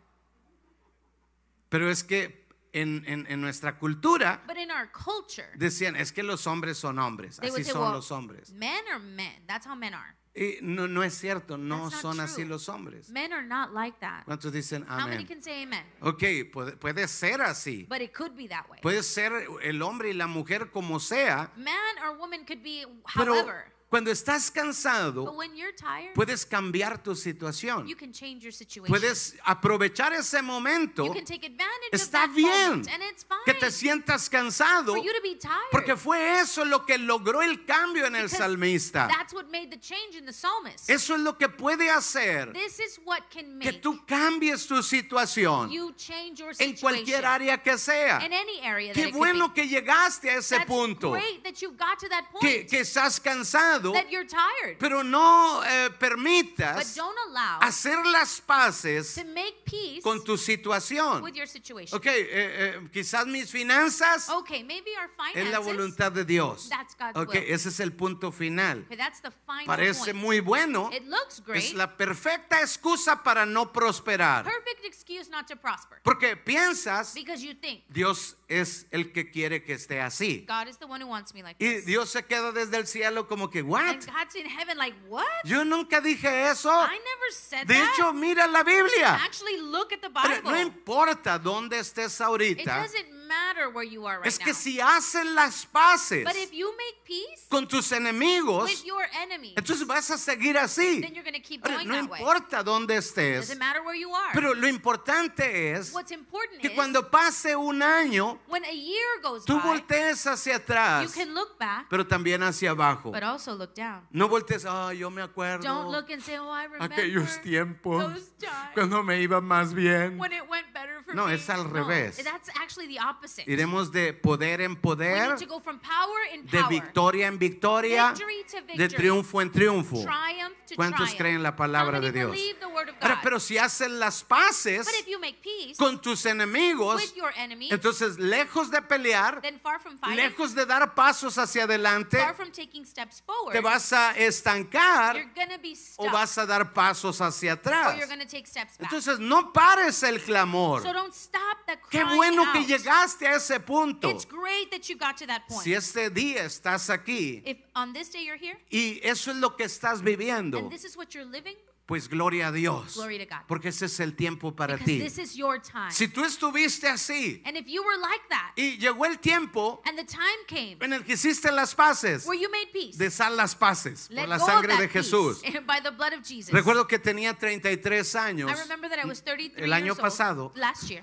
[SPEAKER 2] Pero es que en, en- en nuestra cultura
[SPEAKER 3] But in our culture,
[SPEAKER 2] decían, es que los hombres son hombres,
[SPEAKER 3] they
[SPEAKER 2] así
[SPEAKER 3] would say,
[SPEAKER 2] son
[SPEAKER 3] well,
[SPEAKER 2] los hombres.
[SPEAKER 3] men are men. That's how men are.
[SPEAKER 2] Y no, no es cierto, no
[SPEAKER 3] That's not
[SPEAKER 2] son así
[SPEAKER 3] true.
[SPEAKER 2] los hombres.
[SPEAKER 3] Men are not like that.
[SPEAKER 2] ¿Cuántos dicen
[SPEAKER 3] How many
[SPEAKER 2] amén?
[SPEAKER 3] can say amen?
[SPEAKER 2] Ok, puede, puede ser así.
[SPEAKER 3] But it could be that way.
[SPEAKER 2] Puede ser el hombre y la mujer como sea,
[SPEAKER 3] Man or woman could be
[SPEAKER 2] pero
[SPEAKER 3] however.
[SPEAKER 2] cuando estás
[SPEAKER 3] But
[SPEAKER 2] cansado,
[SPEAKER 3] when you're tired,
[SPEAKER 2] puedes cambiar tu situación.
[SPEAKER 3] you can change your situation.
[SPEAKER 2] Puedes aprovechar ese momento
[SPEAKER 3] you can take advantage of
[SPEAKER 2] Está
[SPEAKER 3] that
[SPEAKER 2] bien
[SPEAKER 3] moment, and it's fine
[SPEAKER 2] que te sientas cansado
[SPEAKER 3] for you to be tired.
[SPEAKER 2] porque fue eso lo que logró el cambio en el
[SPEAKER 3] Because
[SPEAKER 2] salmista.
[SPEAKER 3] That's what made the change in the psalmist.
[SPEAKER 2] Eso es lo que puede hacer
[SPEAKER 3] this is what can
[SPEAKER 2] que
[SPEAKER 3] make
[SPEAKER 2] tú cambies tu situación
[SPEAKER 3] you change your
[SPEAKER 2] en
[SPEAKER 3] situation
[SPEAKER 2] cualquier área que sea.
[SPEAKER 3] in any area that
[SPEAKER 2] Qué
[SPEAKER 3] it could
[SPEAKER 2] bueno
[SPEAKER 3] be.
[SPEAKER 2] que llegaste a ese
[SPEAKER 3] That's
[SPEAKER 2] punto,
[SPEAKER 3] great that you got to that
[SPEAKER 2] que,
[SPEAKER 3] point,
[SPEAKER 2] que estás cansado,
[SPEAKER 3] that you're tired.
[SPEAKER 2] pero no eh,
[SPEAKER 3] but
[SPEAKER 2] permitas
[SPEAKER 3] don't allow
[SPEAKER 2] hacer las paces
[SPEAKER 3] to make peace
[SPEAKER 2] con tu situación.
[SPEAKER 3] with your situation.
[SPEAKER 2] Ok, eh, eh, quizás mis finanzas
[SPEAKER 3] Okay, maybe our finances.
[SPEAKER 2] es la voluntad de Dios.
[SPEAKER 3] That's God's
[SPEAKER 2] Ok,
[SPEAKER 3] will.
[SPEAKER 2] ese es el punto final.
[SPEAKER 3] Okay, that's the final
[SPEAKER 2] Parece
[SPEAKER 3] point.
[SPEAKER 2] muy bueno.
[SPEAKER 3] it looks great.
[SPEAKER 2] Es la perfecta excusa para no prosperar.
[SPEAKER 3] perfect excuse not to prosper
[SPEAKER 2] Porque piensas,
[SPEAKER 3] because you think
[SPEAKER 2] Dios es el que quiere que esté así.
[SPEAKER 3] God is the one who wants me like
[SPEAKER 2] Y
[SPEAKER 3] this.
[SPEAKER 2] Dios se queda desde el cielo como que, ¿what?
[SPEAKER 3] And God's in heaven like, what?
[SPEAKER 2] Yo nunca dije eso.
[SPEAKER 3] I never said
[SPEAKER 2] De
[SPEAKER 3] that.
[SPEAKER 2] hecho, mira la Biblia.
[SPEAKER 3] Actually, look at the
[SPEAKER 2] Pero
[SPEAKER 3] Bible.
[SPEAKER 2] no importa dónde estés
[SPEAKER 3] it
[SPEAKER 2] ahorita.
[SPEAKER 3] doesn't matter where you are right
[SPEAKER 2] Es
[SPEAKER 3] now.
[SPEAKER 2] que si haces las paces
[SPEAKER 3] but if you make peace
[SPEAKER 2] con tus enemigos,
[SPEAKER 3] with your enemy,
[SPEAKER 2] entonces vas a seguir así.
[SPEAKER 3] then you're going to keep
[SPEAKER 2] Ahora,
[SPEAKER 3] going
[SPEAKER 2] no
[SPEAKER 3] that way.
[SPEAKER 2] importa dónde estés.
[SPEAKER 3] doesn't matter where you are.
[SPEAKER 2] Pero lo importante es
[SPEAKER 3] What's important
[SPEAKER 2] que
[SPEAKER 3] is
[SPEAKER 2] cuando pase un año,
[SPEAKER 3] when a year goes
[SPEAKER 2] tú
[SPEAKER 3] by,
[SPEAKER 2] voltees hacia
[SPEAKER 3] you
[SPEAKER 2] atrás,
[SPEAKER 3] can look back,
[SPEAKER 2] pero también hacia abajo.
[SPEAKER 3] but also look down.
[SPEAKER 2] No voltees, ah, yo me
[SPEAKER 3] Don't
[SPEAKER 2] acuerdo
[SPEAKER 3] look and say, oh, I remember
[SPEAKER 2] aquellos tiempos
[SPEAKER 3] those times
[SPEAKER 2] cuando me iba más bien.
[SPEAKER 3] when it went better for
[SPEAKER 2] Mm. No,
[SPEAKER 3] me.
[SPEAKER 2] es al
[SPEAKER 3] no,
[SPEAKER 2] revés.
[SPEAKER 3] that's actually the opposite.
[SPEAKER 2] Iremos de poder en
[SPEAKER 3] we
[SPEAKER 2] poder,
[SPEAKER 3] need to go from power in
[SPEAKER 2] de
[SPEAKER 3] power,
[SPEAKER 2] victoria en victoria,
[SPEAKER 3] Victory to victory.
[SPEAKER 2] de triunfo en triunfo.
[SPEAKER 3] triumph to
[SPEAKER 2] ¿Cuántos
[SPEAKER 3] triumph.
[SPEAKER 2] creen la palabra
[SPEAKER 3] How
[SPEAKER 2] de
[SPEAKER 3] many
[SPEAKER 2] Dios?
[SPEAKER 3] believe the word of God?
[SPEAKER 2] Ahora, pero si haces las paces
[SPEAKER 3] but if you make peace
[SPEAKER 2] con tus enemigos,
[SPEAKER 3] with your enemies,
[SPEAKER 2] entonces lejos de pelear,
[SPEAKER 3] then far from fighting,
[SPEAKER 2] lejos de dar pasos hacia adelante,
[SPEAKER 3] far from taking steps forward,
[SPEAKER 2] te vas a
[SPEAKER 3] you're
[SPEAKER 2] estancar
[SPEAKER 3] going to be stuck,
[SPEAKER 2] o vas a dar pasos hacia
[SPEAKER 3] or you're
[SPEAKER 2] atrás.
[SPEAKER 3] going to take steps back.
[SPEAKER 2] Entonces no pares el clamor.
[SPEAKER 3] so don't stop that
[SPEAKER 2] Qué
[SPEAKER 3] crying
[SPEAKER 2] bueno
[SPEAKER 3] out.
[SPEAKER 2] que llegaste a ese punto.
[SPEAKER 3] It's great that you got to that point.
[SPEAKER 2] Si este día estás aquí
[SPEAKER 3] if on this day you're here,
[SPEAKER 2] y eso es lo que estás viviendo,
[SPEAKER 3] and this is what you're living,
[SPEAKER 2] pues gloria a Dios.
[SPEAKER 3] Glory to God.
[SPEAKER 2] Porque ese es el tiempo para
[SPEAKER 3] because
[SPEAKER 2] ti.
[SPEAKER 3] this is your time.
[SPEAKER 2] Si tú estuviste así
[SPEAKER 3] and if you were like that,
[SPEAKER 2] y llegó el tiempo
[SPEAKER 3] and the time came
[SPEAKER 2] en el que hiciste las paces,
[SPEAKER 3] where you made peace,
[SPEAKER 2] deshaz las paces por
[SPEAKER 3] let
[SPEAKER 2] la
[SPEAKER 3] go
[SPEAKER 2] sangre
[SPEAKER 3] of
[SPEAKER 2] de
[SPEAKER 3] that
[SPEAKER 2] Jesús.
[SPEAKER 3] peace by the blood of Jesus.
[SPEAKER 2] Recuerdo que tenía 33 años.
[SPEAKER 3] I remember that I was 33
[SPEAKER 2] El año
[SPEAKER 3] years
[SPEAKER 2] pasado.
[SPEAKER 3] old last year.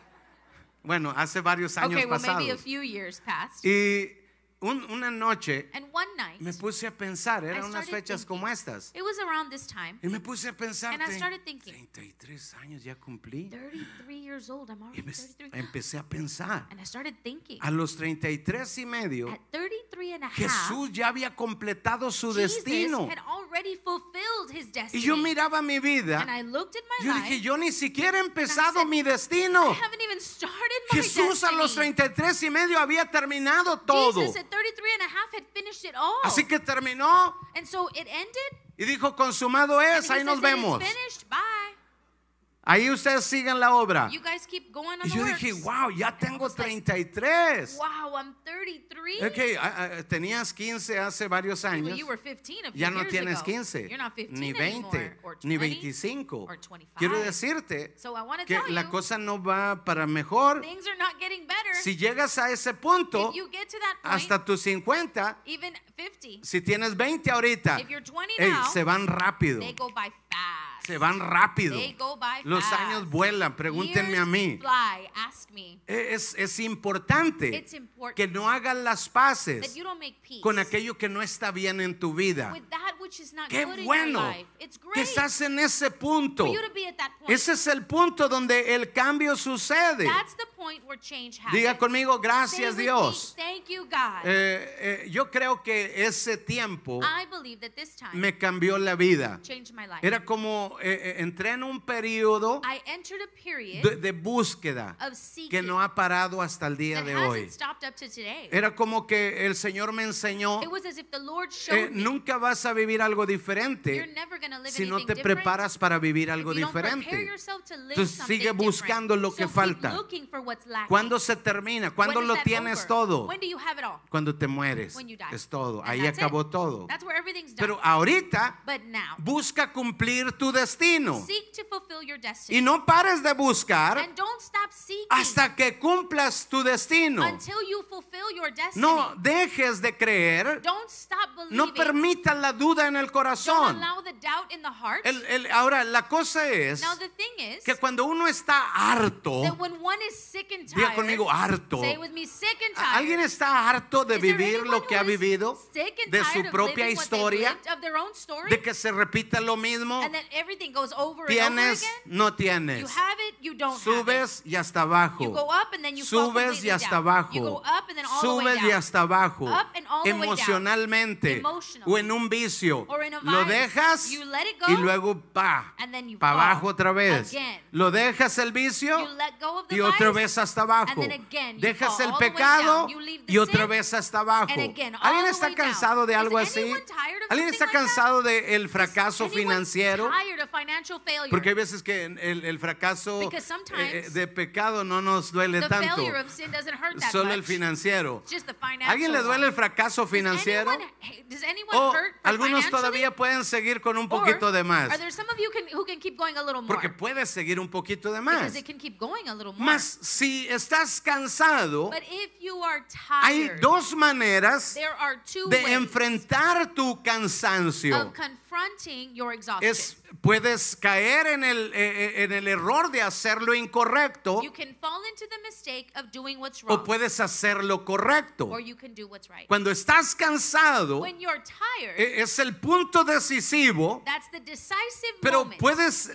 [SPEAKER 2] Bueno, hace varios años
[SPEAKER 3] Okay, well maybe a
[SPEAKER 2] pasados.
[SPEAKER 3] few years past.
[SPEAKER 2] Y un- una noche
[SPEAKER 3] And one night,
[SPEAKER 2] me puse a pensar,
[SPEAKER 3] I
[SPEAKER 2] eran unas
[SPEAKER 3] started
[SPEAKER 2] fechas
[SPEAKER 3] thinking-
[SPEAKER 2] como estas.
[SPEAKER 3] It was around this time.
[SPEAKER 2] Y me puse a pensar,
[SPEAKER 3] And I
[SPEAKER 2] "Tre-
[SPEAKER 3] started thinking.
[SPEAKER 2] 33 años ya cumplí.
[SPEAKER 3] 33 years old. I'm
[SPEAKER 2] Y
[SPEAKER 3] already
[SPEAKER 2] me-
[SPEAKER 3] 33.
[SPEAKER 2] empecé a pensar,
[SPEAKER 3] And I started thinking.
[SPEAKER 2] a los 33 y medio,
[SPEAKER 3] At 33 and a half,
[SPEAKER 2] Jesús ya había completado su
[SPEAKER 3] Jesus
[SPEAKER 2] destino.
[SPEAKER 3] had already fulfilled his
[SPEAKER 2] Y
[SPEAKER 3] destiny.
[SPEAKER 2] yo miraba mi
[SPEAKER 3] and
[SPEAKER 2] vida,
[SPEAKER 3] I looked at my
[SPEAKER 2] yo
[SPEAKER 3] life.
[SPEAKER 2] dije, yo ni siquiera he empezado
[SPEAKER 3] said,
[SPEAKER 2] mi
[SPEAKER 3] I
[SPEAKER 2] destino.
[SPEAKER 3] haven't even started my
[SPEAKER 2] Jesús a
[SPEAKER 3] destiny.
[SPEAKER 2] los 33 y medio había terminado todo.
[SPEAKER 3] Jesus at 33 and a half had finished it all.
[SPEAKER 2] Así que terminó
[SPEAKER 3] and so it ended.
[SPEAKER 2] y dijo, consumado
[SPEAKER 3] and
[SPEAKER 2] es,
[SPEAKER 3] he
[SPEAKER 2] ahí nos
[SPEAKER 3] says that
[SPEAKER 2] vemos.
[SPEAKER 3] It's finished. Bye.
[SPEAKER 2] Ahí ustedes sigan la obra.
[SPEAKER 3] You guys keep going on
[SPEAKER 2] Y yo
[SPEAKER 3] the
[SPEAKER 2] dije,
[SPEAKER 3] works.
[SPEAKER 2] wow, ya tengo
[SPEAKER 3] was like,
[SPEAKER 2] 33.
[SPEAKER 3] Wow, I'm 33.
[SPEAKER 2] Ok, ah, ah, tenías 15 hace varios
[SPEAKER 3] Well,
[SPEAKER 2] años.
[SPEAKER 3] you were 15 a few
[SPEAKER 2] Ya no
[SPEAKER 3] years
[SPEAKER 2] tienes
[SPEAKER 3] ago.
[SPEAKER 2] 15,
[SPEAKER 3] You're not 15
[SPEAKER 2] ni 20,
[SPEAKER 3] anymore, or
[SPEAKER 2] ni
[SPEAKER 3] 20.
[SPEAKER 2] 25.
[SPEAKER 3] or 25.
[SPEAKER 2] Quiero decirte
[SPEAKER 3] So I want to
[SPEAKER 2] que
[SPEAKER 3] tell
[SPEAKER 2] la
[SPEAKER 3] you,
[SPEAKER 2] cosa no va para mejor.
[SPEAKER 3] things are not getting better.
[SPEAKER 2] Si llegas a ese punto,
[SPEAKER 3] if you get to that point,
[SPEAKER 2] hasta tus 50,
[SPEAKER 3] even 50,
[SPEAKER 2] si tienes 20 ahorita,
[SPEAKER 3] if you're 20
[SPEAKER 2] ey,
[SPEAKER 3] now,
[SPEAKER 2] se van rápido.
[SPEAKER 3] they go by fast.
[SPEAKER 2] Se van rápido.
[SPEAKER 3] They go by
[SPEAKER 2] Los
[SPEAKER 3] fast.
[SPEAKER 2] años vuelan, pregúntenme
[SPEAKER 3] Years
[SPEAKER 2] a mí.
[SPEAKER 3] Fly, ask me.
[SPEAKER 2] Es, es importante
[SPEAKER 3] It's important
[SPEAKER 2] que no hagas las
[SPEAKER 3] that
[SPEAKER 2] paces
[SPEAKER 3] you don't make peace
[SPEAKER 2] con aquello que no está bien en tu vida.
[SPEAKER 3] with that which is not
[SPEAKER 2] Qué
[SPEAKER 3] good in your
[SPEAKER 2] bueno
[SPEAKER 3] life. It's
[SPEAKER 2] que
[SPEAKER 3] great
[SPEAKER 2] estás en ese punto.
[SPEAKER 3] for you to be at that point.
[SPEAKER 2] Ese es el punto donde el cambio sucede.
[SPEAKER 3] That's the point where change happens.
[SPEAKER 2] Diga conmigo,
[SPEAKER 3] Say
[SPEAKER 2] gracias
[SPEAKER 3] with me,
[SPEAKER 2] Dios.
[SPEAKER 3] Thank you, God.
[SPEAKER 2] Eh, eh, yo creo que ese tiempo
[SPEAKER 3] I believe that this time
[SPEAKER 2] me cambió la vida.
[SPEAKER 3] changed my life.
[SPEAKER 2] Era como eh, eh, entré en un periodo
[SPEAKER 3] I entered a period
[SPEAKER 2] de, de búsqueda
[SPEAKER 3] of
[SPEAKER 2] que
[SPEAKER 3] seeking
[SPEAKER 2] no ha parado hasta el día
[SPEAKER 3] that
[SPEAKER 2] de
[SPEAKER 3] hasn't
[SPEAKER 2] hoy.
[SPEAKER 3] stopped up to today.
[SPEAKER 2] Era como que el Señor me enseñó,
[SPEAKER 3] it was as if the Lord
[SPEAKER 2] eh,
[SPEAKER 3] showed me,
[SPEAKER 2] nunca vas a vivir algo
[SPEAKER 3] you're
[SPEAKER 2] diferente
[SPEAKER 3] never going to live
[SPEAKER 2] si no
[SPEAKER 3] anything
[SPEAKER 2] te
[SPEAKER 3] different.
[SPEAKER 2] preparas para vivir algo
[SPEAKER 3] if you don't prepare
[SPEAKER 2] diferente.
[SPEAKER 3] yourself to live
[SPEAKER 2] Entonces,
[SPEAKER 3] something
[SPEAKER 2] sigue buscando
[SPEAKER 3] different.
[SPEAKER 2] lo que
[SPEAKER 3] so
[SPEAKER 2] falta.
[SPEAKER 3] Keep looking for what's lacking.
[SPEAKER 2] ¿Cuándo se termina?
[SPEAKER 3] When
[SPEAKER 2] ¿Cuándo
[SPEAKER 3] is
[SPEAKER 2] lo
[SPEAKER 3] that
[SPEAKER 2] tienes
[SPEAKER 3] over?
[SPEAKER 2] todo?
[SPEAKER 3] When do you have it all?
[SPEAKER 2] Cuando te mueres.
[SPEAKER 3] When you die.
[SPEAKER 2] Es todo.
[SPEAKER 3] And
[SPEAKER 2] Ahí
[SPEAKER 3] that's it.
[SPEAKER 2] acabó todo.
[SPEAKER 3] That's where everything's done.
[SPEAKER 2] Pero ahorita
[SPEAKER 3] but now,
[SPEAKER 2] busca cumplir tu destino.
[SPEAKER 3] seek to fulfill your destiny.
[SPEAKER 2] Y no pares de buscar
[SPEAKER 3] and don't stop seeking
[SPEAKER 2] hasta que cumplas tu destino.
[SPEAKER 3] until you fulfill your destiny.
[SPEAKER 2] No dejes de creer.
[SPEAKER 3] don't stop believing.
[SPEAKER 2] No permitas la duda en el
[SPEAKER 3] don't
[SPEAKER 2] corazón.
[SPEAKER 3] allow the doubt in the heart.
[SPEAKER 2] El- el- ahora, la cosa es
[SPEAKER 3] now the thing is
[SPEAKER 2] que cuando uno está harto,
[SPEAKER 3] that when one is sick and
[SPEAKER 2] diga
[SPEAKER 3] tired,
[SPEAKER 2] conmigo harto.
[SPEAKER 3] say with me, sick and
[SPEAKER 2] ¿A-
[SPEAKER 3] tired.
[SPEAKER 2] ¿Alguien está harto de
[SPEAKER 3] Is there
[SPEAKER 2] vivir
[SPEAKER 3] anyone
[SPEAKER 2] lo que ha
[SPEAKER 3] who is
[SPEAKER 2] vivido?
[SPEAKER 3] sick and
[SPEAKER 2] De
[SPEAKER 3] tired
[SPEAKER 2] su
[SPEAKER 3] of
[SPEAKER 2] propia
[SPEAKER 3] living what they've
[SPEAKER 2] historia?
[SPEAKER 3] lived, of their own story,
[SPEAKER 2] ¿De que se repita lo mismo?
[SPEAKER 3] and then everything goes over and over
[SPEAKER 2] ¿Tienes?
[SPEAKER 3] again.
[SPEAKER 2] No
[SPEAKER 3] You
[SPEAKER 2] tienes.
[SPEAKER 3] have it, you don't have
[SPEAKER 2] Subes y hasta
[SPEAKER 3] it. You go
[SPEAKER 2] abajo.
[SPEAKER 3] up and then you fall
[SPEAKER 2] Subes
[SPEAKER 3] completely
[SPEAKER 2] y hasta
[SPEAKER 3] down. You go
[SPEAKER 2] abajo.
[SPEAKER 3] up and then all the way
[SPEAKER 2] Subes
[SPEAKER 3] down.
[SPEAKER 2] y hasta abajo.
[SPEAKER 3] Up and all the way down.
[SPEAKER 2] Emocionalmente.
[SPEAKER 3] Emotionally.
[SPEAKER 2] O en un vicio.
[SPEAKER 3] Or in a
[SPEAKER 2] Lo
[SPEAKER 3] vice.
[SPEAKER 2] dejas
[SPEAKER 3] You let it
[SPEAKER 2] y
[SPEAKER 3] go,
[SPEAKER 2] luego pa.
[SPEAKER 3] and then you
[SPEAKER 2] Pa
[SPEAKER 3] fall
[SPEAKER 2] abajo otra vez.
[SPEAKER 3] again.
[SPEAKER 2] Lo dejas el vicio
[SPEAKER 3] You let go of the
[SPEAKER 2] y otra
[SPEAKER 3] vice,
[SPEAKER 2] vez hasta abajo.
[SPEAKER 3] and then again you
[SPEAKER 2] Dejas
[SPEAKER 3] fall
[SPEAKER 2] el
[SPEAKER 3] all the way
[SPEAKER 2] pecado
[SPEAKER 3] down. You leave the
[SPEAKER 2] y otra
[SPEAKER 3] sin,
[SPEAKER 2] vez hasta abajo.
[SPEAKER 3] and again all
[SPEAKER 2] ¿Alguien
[SPEAKER 3] the
[SPEAKER 2] está
[SPEAKER 3] way down.
[SPEAKER 2] cansado de
[SPEAKER 3] Is
[SPEAKER 2] algo así?
[SPEAKER 3] anyone tired of
[SPEAKER 2] ¿Alguien
[SPEAKER 3] something
[SPEAKER 2] está
[SPEAKER 3] like that?
[SPEAKER 2] cansado del fracaso
[SPEAKER 3] Is anyone
[SPEAKER 2] financiero?
[SPEAKER 3] tired of financial failure?
[SPEAKER 2] Porque hay veces que en- el, el fracaso
[SPEAKER 3] Because sometimes
[SPEAKER 2] eh, eh, de pecado no nos duele
[SPEAKER 3] the
[SPEAKER 2] tanto,
[SPEAKER 3] failure of sin doesn't hurt that
[SPEAKER 2] solo
[SPEAKER 3] much.
[SPEAKER 2] el financiero.
[SPEAKER 3] It's Just the financial
[SPEAKER 2] ¿A ¿Alguien le duele el
[SPEAKER 3] one.
[SPEAKER 2] fracaso financiero?
[SPEAKER 3] Does anyone, does anyone
[SPEAKER 2] O
[SPEAKER 3] hurt for
[SPEAKER 2] algunos
[SPEAKER 3] financially?
[SPEAKER 2] todavía pueden seguir con un
[SPEAKER 3] Or
[SPEAKER 2] poquito de
[SPEAKER 3] Are
[SPEAKER 2] más,
[SPEAKER 3] there some of you can, who can keep going a little more?
[SPEAKER 2] porque puedes seguir un poquito de más.
[SPEAKER 3] because it can keep going a little more.
[SPEAKER 2] Más si estás cansado,
[SPEAKER 3] but if you are
[SPEAKER 2] hay
[SPEAKER 3] tired,
[SPEAKER 2] dos maneras
[SPEAKER 3] there are two
[SPEAKER 2] de
[SPEAKER 3] ways
[SPEAKER 2] enfrentar tu cansancio.
[SPEAKER 3] of confronting your exhaustion.
[SPEAKER 2] Es, puedes caer en el, eh, eh, en el error de hacer lo incorrecto
[SPEAKER 3] you can fall into the mistake of doing what's wrong,
[SPEAKER 2] o puedes hacer lo correcto.
[SPEAKER 3] or you can do what's right.
[SPEAKER 2] Cuando estás cansado,
[SPEAKER 3] when you're tired,
[SPEAKER 2] e- es el punto decisivo,
[SPEAKER 3] that's the decisive
[SPEAKER 2] pero
[SPEAKER 3] moment.
[SPEAKER 2] puedes